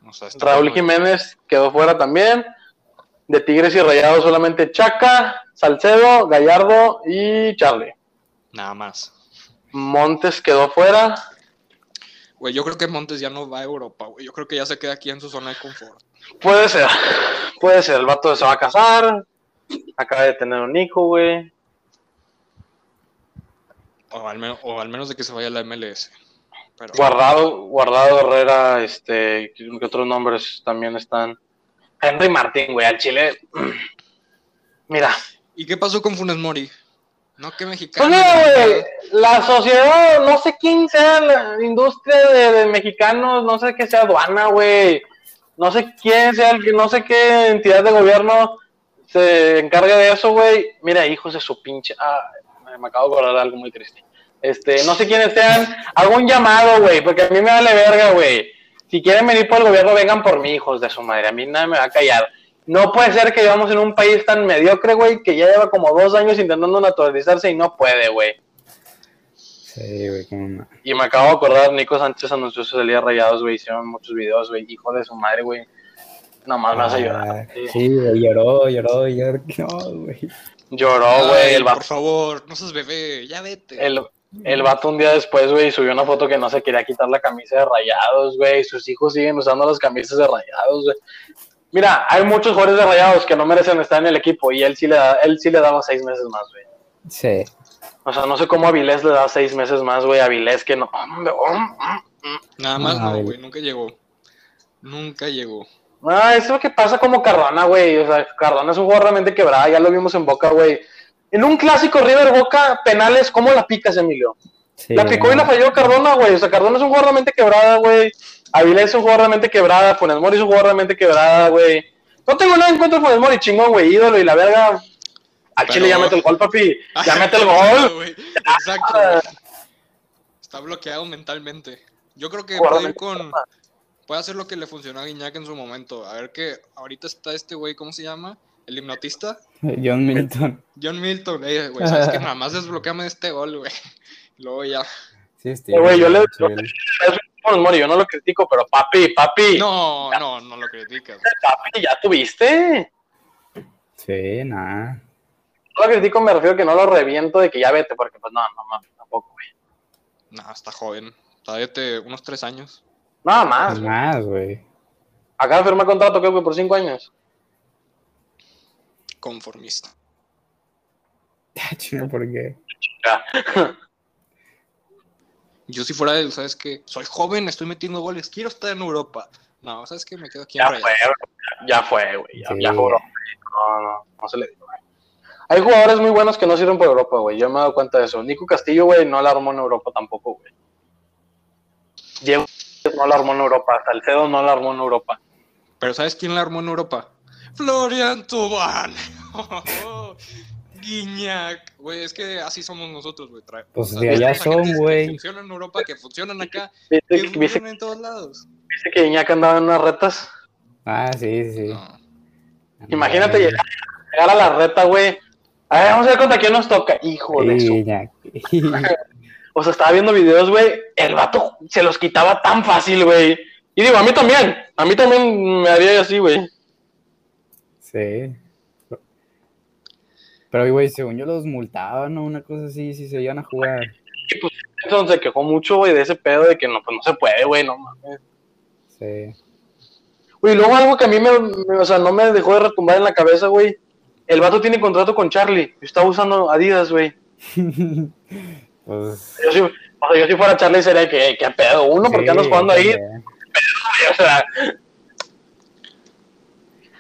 Speaker 2: O sea, está
Speaker 1: Raúl
Speaker 2: muy-
Speaker 1: Jiménez quedó fuera también. De Tigres y Rayados solamente Chaca, Salcedo, Gallardo y Charlie.
Speaker 2: Nada más.
Speaker 1: Montes quedó fuera.
Speaker 2: Güey, yo creo que Montes ya no va a Europa, güey. Yo creo que ya se queda aquí en su zona de confort.
Speaker 1: Puede ser, puede ser. El vato se va a casar. Acaba de tener un hijo, güey.
Speaker 2: O al, menos, o al menos de que se vaya a la MLS. Pero,
Speaker 1: Guardado, Guardado Herrera, este, que otros nombres también están. Henry Martín, güey, al Chile. Mira,
Speaker 2: ¿Y qué pasó con Funes Mori? No, que mexicano.
Speaker 1: Pues mira, güey, la sociedad, no sé quién sea la industria de, de mexicanos, no sé qué sea aduana, güey. No sé quién sea, el, que- no sé qué entidad de gobierno se encargue de eso, güey. Mira, hijos de su pinche. Ah, me acabo de acordar de algo muy triste. Este, no sé quiénes sean. Hago un llamado, güey, porque a mí me vale verga, güey. Si quieren venir por el gobierno, vengan por mí, hijos de su madre. A mí nadie me va a callar. No puede ser que vivamos en un país tan mediocre, güey, que ya lleva como dos años intentando naturalizarse y no puede, güey.
Speaker 3: Sí, güey, como ma-
Speaker 1: Y me acabo de acordar, Nico Sánchez anunció su salida a rayados, güey, hicieron muchos videos, güey, hijo de su madre, güey. Nomás me hace llorar.
Speaker 3: Ah,
Speaker 1: Sí.
Speaker 3: Sí, güey, lloró, lloró, lloró. No, güey.
Speaker 1: Lloró, güey, el
Speaker 2: Por
Speaker 1: vato.
Speaker 2: favor, no seas bebé, ya vete.
Speaker 1: El, el vato un día después, güey, subió una foto que no se quería quitar la camisa de rayados, güey. Sus hijos siguen usando las camisas de rayados, güey. Mira, hay muchos jugadores de rayados que no merecen estar en el equipo y él sí le, da, él sí le daba seis meses más, güey.
Speaker 3: Sí.
Speaker 1: O sea, no sé cómo Avilés le da seis meses más, güey. Avilés que no. hombre, hom-
Speaker 2: Nada más
Speaker 3: Ah,
Speaker 2: no,
Speaker 3: güey.
Speaker 2: güey, nunca llegó. Nunca llegó.
Speaker 1: Ah, es lo que pasa como Cardona, güey. O sea, Cardona es un jugador realmente quebrada. Ya lo vimos en Boca, güey. En un clásico River Boca, penales, ¿cómo la picas, Emilio?
Speaker 3: sí
Speaker 1: la picó y
Speaker 3: güey.
Speaker 1: la falló Cardona, güey. O sea, Cardona es un jugador realmente quebrada, güey. Avilés es un jugador realmente quebrada. Funes Mori es un jugador realmente quebrada, güey. No tengo nada en contra de Funes Mori, chingón, güey. Ídolo y la verga. Al
Speaker 2: Pero-
Speaker 1: Chile ya mete el gol, papi. Ya mete el gol.
Speaker 2: Güey, Exacto. güey. Está bloqueado mentalmente. Yo creo que
Speaker 1: Guarda
Speaker 2: puede
Speaker 1: mi
Speaker 2: ir con. Puede hacer lo que le funcionó a Guiñac en su momento. A ver que ahorita está este güey, ¿cómo se llama? El hipnotista.
Speaker 3: John Milton.
Speaker 2: John Milton. Eh, güey, sabes que nada más desbloqueame este gol, güey. Luego ya.
Speaker 3: Sí, sí.
Speaker 1: Eh, güey, yo le- yo le- Funes Mori, yo no lo critico, pero papi, papi.
Speaker 2: No, no, no lo criticas.
Speaker 1: Papi, ya tuviste.
Speaker 3: Sí, nada.
Speaker 1: No lo critico, me refiero a que no lo reviento de que ya vete, porque pues no, no mames, tampoco, güey.
Speaker 2: No, está joven. Todavía te, unos tres años.
Speaker 1: Nada más. güey.
Speaker 3: Más, güey.
Speaker 1: Acaba de firmar contrato, creo que por cinco años.
Speaker 2: Conformista.
Speaker 3: Chino, ¿por qué?
Speaker 2: Yo si fuera él, ¿sabes qué? Soy joven, estoy metiendo goles, quiero estar en Europa. No, ¿sabes qué? Me quedo aquí en
Speaker 1: Ya fue,
Speaker 2: Rayados.
Speaker 1: güey, ya fue, güey. Ya,
Speaker 3: Sí.
Speaker 1: ya jugó. No, no, no se le dio, güey. Hay jugadores muy buenos que no sirven por Europa, güey. Yo me he dado cuenta de eso. Nico Castillo, güey, no la armó en Europa tampoco, güey. Diego no la armó en Europa. Salcedo no la armó en Europa.
Speaker 2: Pero ¿sabes quién la armó en Europa? Florian Tubán. Guiñac. Güey, es que así somos nosotros, güey. Trae-
Speaker 3: Pues
Speaker 2: o sea,
Speaker 3: de
Speaker 2: tenemos
Speaker 3: allá
Speaker 2: a gente
Speaker 3: son,
Speaker 2: Que
Speaker 3: güey.
Speaker 2: funcionan en Europa, que funcionan acá, que
Speaker 1: ¿Viste, viste-
Speaker 2: funcionan en todos lados.
Speaker 1: viste que Iñak andaba en unas retas?
Speaker 3: Ah, sí, sí.
Speaker 2: No.
Speaker 1: Imagínate
Speaker 3: Ándale.
Speaker 1: llegar, llegar a la reta, güey. A ver, vamos a ver contra quién nos toca. Hijo de su
Speaker 3: Sí, ya.
Speaker 1: O sea, estaba viendo videos, güey. El vato se los quitaba tan fácil, güey. Y digo, a mí también. A mí también me haría así, güey.
Speaker 3: Sí. Pero, güey, según yo los multaban o una cosa así, si se iban a jugar.
Speaker 1: Entonces se quejó mucho, güey, de ese pedo de que no, pues no se puede, güey, no mames.
Speaker 3: Sí.
Speaker 1: Güey, luego algo que a mí me, me- o sea, no me dejó de retumbar en la cabeza, güey. El vato tiene contrato con Charlie. Y está usando Adidas, güey.
Speaker 3: pues.
Speaker 1: Yo si, o sea, yo si fuera Charlie sería que, "Ey, qué pedo, uno, porque
Speaker 3: sí,
Speaker 1: andas jugando ahí.
Speaker 3: ya.
Speaker 1: O sea,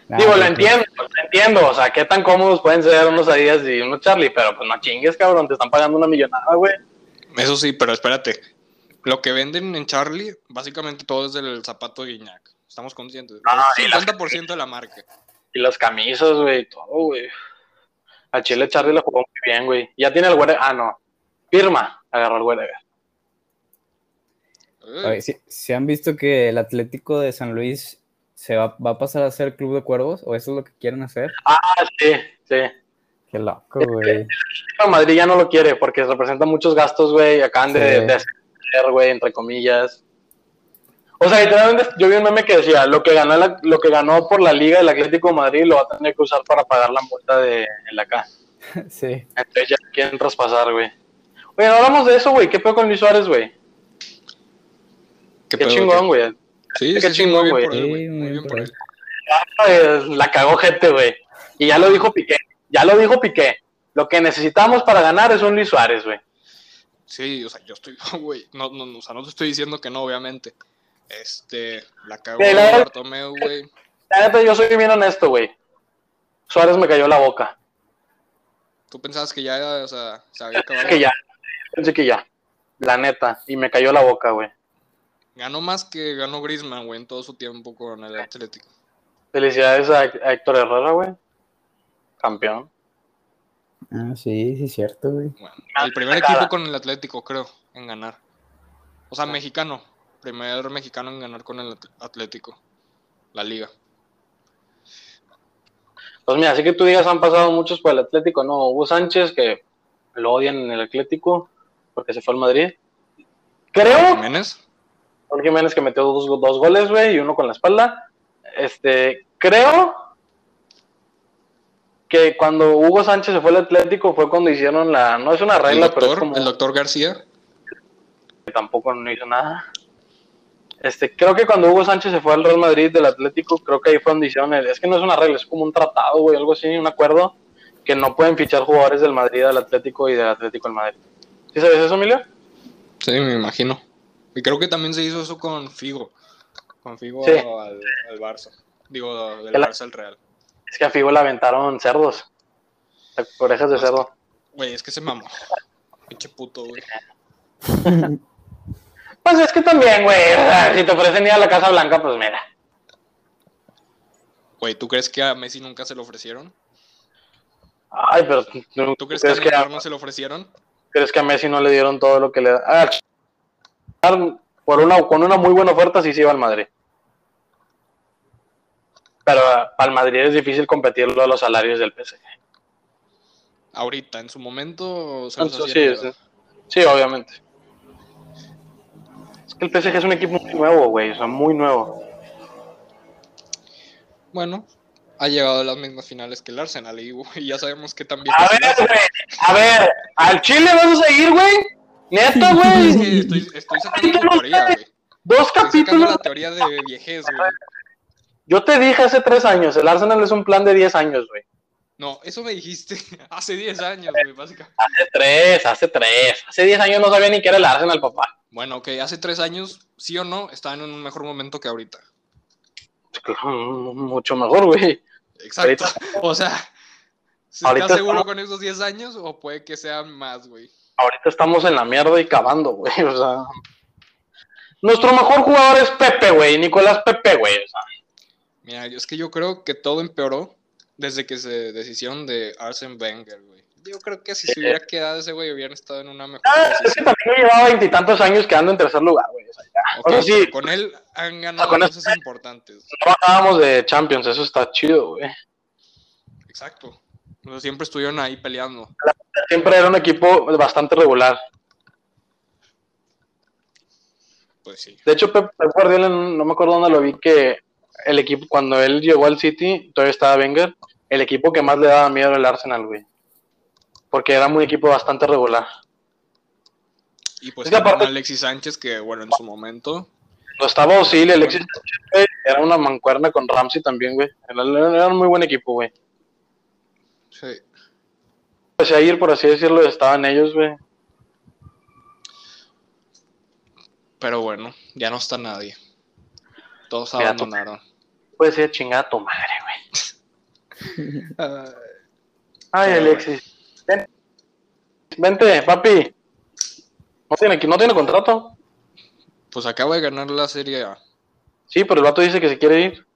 Speaker 3: Nah,
Speaker 1: digo, la
Speaker 3: pues,
Speaker 1: entiendo, la entiendo. O sea, qué tan cómodos pueden ser unos Adidas y unos Charlie. Pero pues no chingues, cabrón, te están pagando una millonada, güey.
Speaker 2: Eso sí, pero espérate. Lo que venden en Charlie, básicamente todo es del zapato de Guiñac. Estamos conscientes.
Speaker 1: Ah,
Speaker 2: Es
Speaker 1: y la-
Speaker 2: 50% de la marca.
Speaker 1: Y las camisas, güey, todo, güey. A Chile Charlie la jugó muy bien, güey. Ya tiene el Werder. Ah, no. Firma. Agarró el Werder.
Speaker 2: Eh,
Speaker 3: oye, ¿sí- ¿sí han visto que el Atlético de San Luis se va, va a pasar a ser Club de Cuervos? ¿O eso es lo que quieren hacer?
Speaker 1: Ah, sí, sí.
Speaker 3: Qué loco, güey.
Speaker 1: Pero Madrid ya no lo quiere porque representa muchos gastos, güey. Acaban de,
Speaker 3: Sí.
Speaker 1: de hacer, güey, entre comillas. O sea, literalmente yo vi un meme que decía, lo que ganó, la- lo que ganó por la liga del Atlético de Madrid lo va a tener que usar para pagar la multa de la K.
Speaker 3: Sí.
Speaker 1: Entonces ya quieren traspasar, güey. Oye, no hablamos de eso, güey. ¿Qué pedo con Luis Suárez, güey? Qué,
Speaker 2: pedo,
Speaker 1: chingón, güey.
Speaker 2: Sí,
Speaker 1: Qué
Speaker 2: sí, sí,
Speaker 1: chingón, güey.
Speaker 2: muy bien por él,
Speaker 3: Sí,
Speaker 2: güey. Muy bien por él.
Speaker 1: Pues, la cagó gente, güey. Y ya lo dijo Piqué. Ya lo dijo Piqué. Lo que necesitamos para ganar es un Luis Suárez, güey.
Speaker 2: Sí, o sea, yo estoy, güey, no, no, no, o sea, no te estoy diciendo que no, obviamente. Este, la cagó
Speaker 1: Sí, la-
Speaker 2: Bartomeu, güey.
Speaker 1: La neta, yo soy bien honesto, güey. Suárez me cayó la boca.
Speaker 2: Tú pensabas que ya, o sea, se había acabado.
Speaker 1: Que ya. Pensé que ya. La neta. Y me cayó la boca, güey.
Speaker 2: Ganó más que ganó Griezmann, güey, en todo su tiempo con el Atlético.
Speaker 1: Felicidades a, a Héctor Herrera, güey. Campeón.
Speaker 3: Ah, sí, sí, cierto, güey.
Speaker 2: Bueno,
Speaker 1: Ah,
Speaker 2: el primer
Speaker 1: sacada.
Speaker 2: equipo con el Atlético, creo, en ganar. O sea, mexicano. Primer mexicano en ganar con el At- Atlético. La liga.
Speaker 1: Pues mira, así que tú digas, han pasado muchos por el Atlético, ¿no? Hugo Sánchez, que lo odian en el Atlético, porque se fue al Madrid. Creo
Speaker 2: Jiménez.
Speaker 1: Raúl Jiménez que metió dos, dos goles, güey, y uno con la espalda. Este, creo que cuando Hugo Sánchez se fue al Atlético fue cuando hicieron la, no es una
Speaker 2: El
Speaker 1: regla, pero es
Speaker 2: doctor,
Speaker 1: como
Speaker 2: el doctor García.
Speaker 1: que tampoco no hizo nada. Este, creo que cuando Hugo Sánchez se fue al Real Madrid del Atlético, creo que ahí fue donde hicieron el, es que no es una regla, es como un tratado, güey, algo así, un acuerdo, que no pueden fichar jugadores del Madrid al Atlético y del Atlético al Madrid. ¿Sí sabes eso, Emilio?
Speaker 2: Sí, me imagino. Y creo que también se hizo eso con Figo. Con Figo
Speaker 1: Sí.
Speaker 2: al, al Barça. Digo, del
Speaker 1: El-
Speaker 2: Barça al Real.
Speaker 1: Es que a Figo le aventaron cerdos, orejas de
Speaker 2: Pues
Speaker 1: cerdo.
Speaker 2: Güey, es que se mamó. Pinche puto, güey.
Speaker 1: Pues es que también, güey, o sea, si te ofrecen ir a la Casa Blanca, pues mira.
Speaker 2: Güey, ¿tú crees que a Messi nunca se lo ofrecieron?
Speaker 1: Ay, pero ¿tú,
Speaker 2: ¿Tú
Speaker 1: crees,
Speaker 2: crees que a
Speaker 1: que a,
Speaker 2: Neymar no se lo ofrecieron?
Speaker 1: crees que a Messi no le dieron todo lo que le... Ah, ch- por una, con una muy buena oferta sí se iba al Madrid. Pero ah, al Madrid es difícil competirlo a los salarios del PSG.
Speaker 2: Ahorita, en su momento, se los
Speaker 1: Entonces,
Speaker 2: hacían
Speaker 1: Pues, sí,
Speaker 2: llegar.
Speaker 1: sí, sí, obviamente. Es que el PSG es un equipo muy nuevo, güey, o sea, muy nuevo.
Speaker 2: Bueno, ha llegado a las mismas finales que el Arsenal y güey, ya sabemos que también.
Speaker 1: A ver, güey, a ver, ¿al Chile vamos a ir, güey? Neto,
Speaker 2: es
Speaker 1: güey.
Speaker 2: que estoy, estoy sacando la teoría, güey.
Speaker 1: Dos
Speaker 2: Estoy sacando
Speaker 1: capítulos
Speaker 2: la teoría de viejez, güey.
Speaker 1: Yo te dije hace tres años, el Arsenal es un plan de 10 años, güey.
Speaker 2: No, eso me dijiste hace 10 años, güey, básicamente.
Speaker 1: Hace tres, hace tres. Hace 10 años no sabía ni qué era el Arsenal, papá.
Speaker 2: Bueno, ok, hace 3 años, sí o no, está en un mejor momento que ahorita.
Speaker 1: Pues claro, Mucho mejor, güey.
Speaker 2: Exacto. O sea, ¿se
Speaker 1: Ahorita
Speaker 2: ¿estás seguro
Speaker 1: estamos-
Speaker 2: con esos 10 años o puede que sean más, güey?
Speaker 1: Ahorita estamos en la mierda y cavando, güey. O sea. Nuestro mejor jugador es Pepe, güey. Nicolás Pepe, güey. O sea,
Speaker 2: Mira, yo- es que yo creo que todo empeoró desde que se deshicieron de Arsene Wenger, güey. Yo creo que si se hubiera quedado ese güey, hubieran estado en una mejor
Speaker 1: ah, es que
Speaker 2: posición.
Speaker 1: también yo llevaba veintitantos años quedando en tercer lugar, güey. O sea, ya.
Speaker 2: Ok,
Speaker 1: o sea, ah, sí. Ah,
Speaker 2: pero Con él han ganado
Speaker 1: Con él-
Speaker 2: cosas importantes.
Speaker 1: No bajábamos de Champions, eso está chido, güey.
Speaker 2: Exacto. O sea, siempre estuvieron ahí peleando.
Speaker 1: Siempre era un equipo bastante regular.
Speaker 2: Pues sí.
Speaker 1: De hecho, Pep, Pep Guardiola, no me acuerdo dónde lo vi, que el equipo, cuando él llegó al City, todavía estaba Wenger, el equipo que más le daba miedo era el Arsenal, güey. Porque era un equipo bastante regular.
Speaker 2: Y pues
Speaker 1: Es que
Speaker 2: también
Speaker 1: aparte-
Speaker 2: Alexis Sánchez, que bueno, en su momento.
Speaker 1: No estaba Ozil, Alexis, Sánchez, güey, era una mancuerna con Ramsey también, güey. Era, era un muy buen equipo, güey.
Speaker 2: Sí.
Speaker 1: Pues a ir, por así decirlo, estaban ellos, güey.
Speaker 2: Pero bueno, ya no está nadie. Todos
Speaker 1: Mira, tú-
Speaker 2: abandonaron.
Speaker 1: Pues sí, chingada tu madre, güey.
Speaker 2: Ah,
Speaker 1: Ay,
Speaker 2: Pero,
Speaker 1: Alexis. Ven. Vente, papi. No tiene, no tiene contrato.
Speaker 2: pues acaba de ganar la Serie A.
Speaker 1: Sí, pero el vato dice que se quiere ir.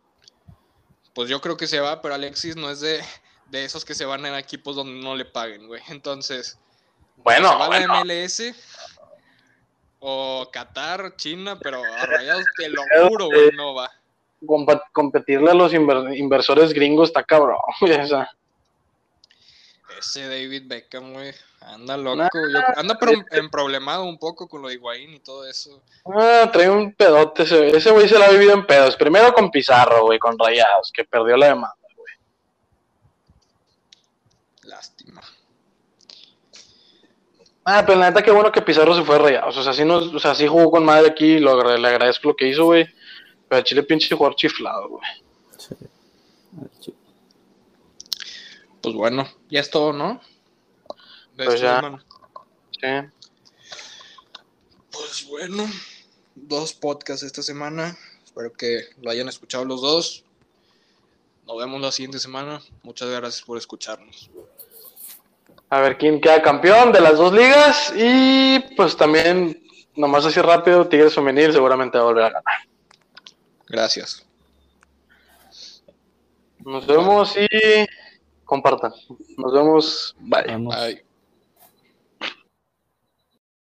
Speaker 2: Pues yo creo que se va, pero Alexis no es de, de esos que se van en equipos donde no le paguen, güey. Entonces,
Speaker 1: Bueno,
Speaker 2: se va
Speaker 1: bueno.
Speaker 2: a la MLS o Qatar, China, pero a Rayados te lo
Speaker 1: Pero,
Speaker 2: juro, güey,
Speaker 1: eh,
Speaker 2: no va.
Speaker 1: compa- competirle a los inver- inversores gringos está cabrón. güey, o sea,
Speaker 2: Ese David Beckham, güey, anda loco. Yo- anda pro- emproblemado un poco con lo de Higuaín y todo eso.
Speaker 1: Ah, trae un pedote ese, ese güey se la ha vivido en pedos. Primero con Pizarro, güey, con Rayados, que perdió la demanda.
Speaker 2: Lástima.
Speaker 1: Ah, pero la neta qué bueno que Pizarro se fue a Rayados. O sea, sí, nos, o sea, sí jugó con madre aquí, lo, agra- le agradezco lo que hizo, güey. Pero al Chile pinche jugador chiflado, güey.
Speaker 2: Pues bueno, ya es todo, ¿no? De
Speaker 1: Pues ya.
Speaker 2: esta semana.
Speaker 1: Sí.
Speaker 2: Pues bueno, dos podcasts esta semana. Espero que lo hayan escuchado los dos. Nos vemos la siguiente semana. Muchas gracias por escucharnos.
Speaker 1: A ver quién queda campeón de las dos ligas. Y pues también, nomás así rápido, Tigres Femenil seguramente va a volver a ganar.
Speaker 2: Gracias.
Speaker 1: Nos vemos y compartan. Nos vemos. Bye.
Speaker 3: Vamos.
Speaker 2: Bye.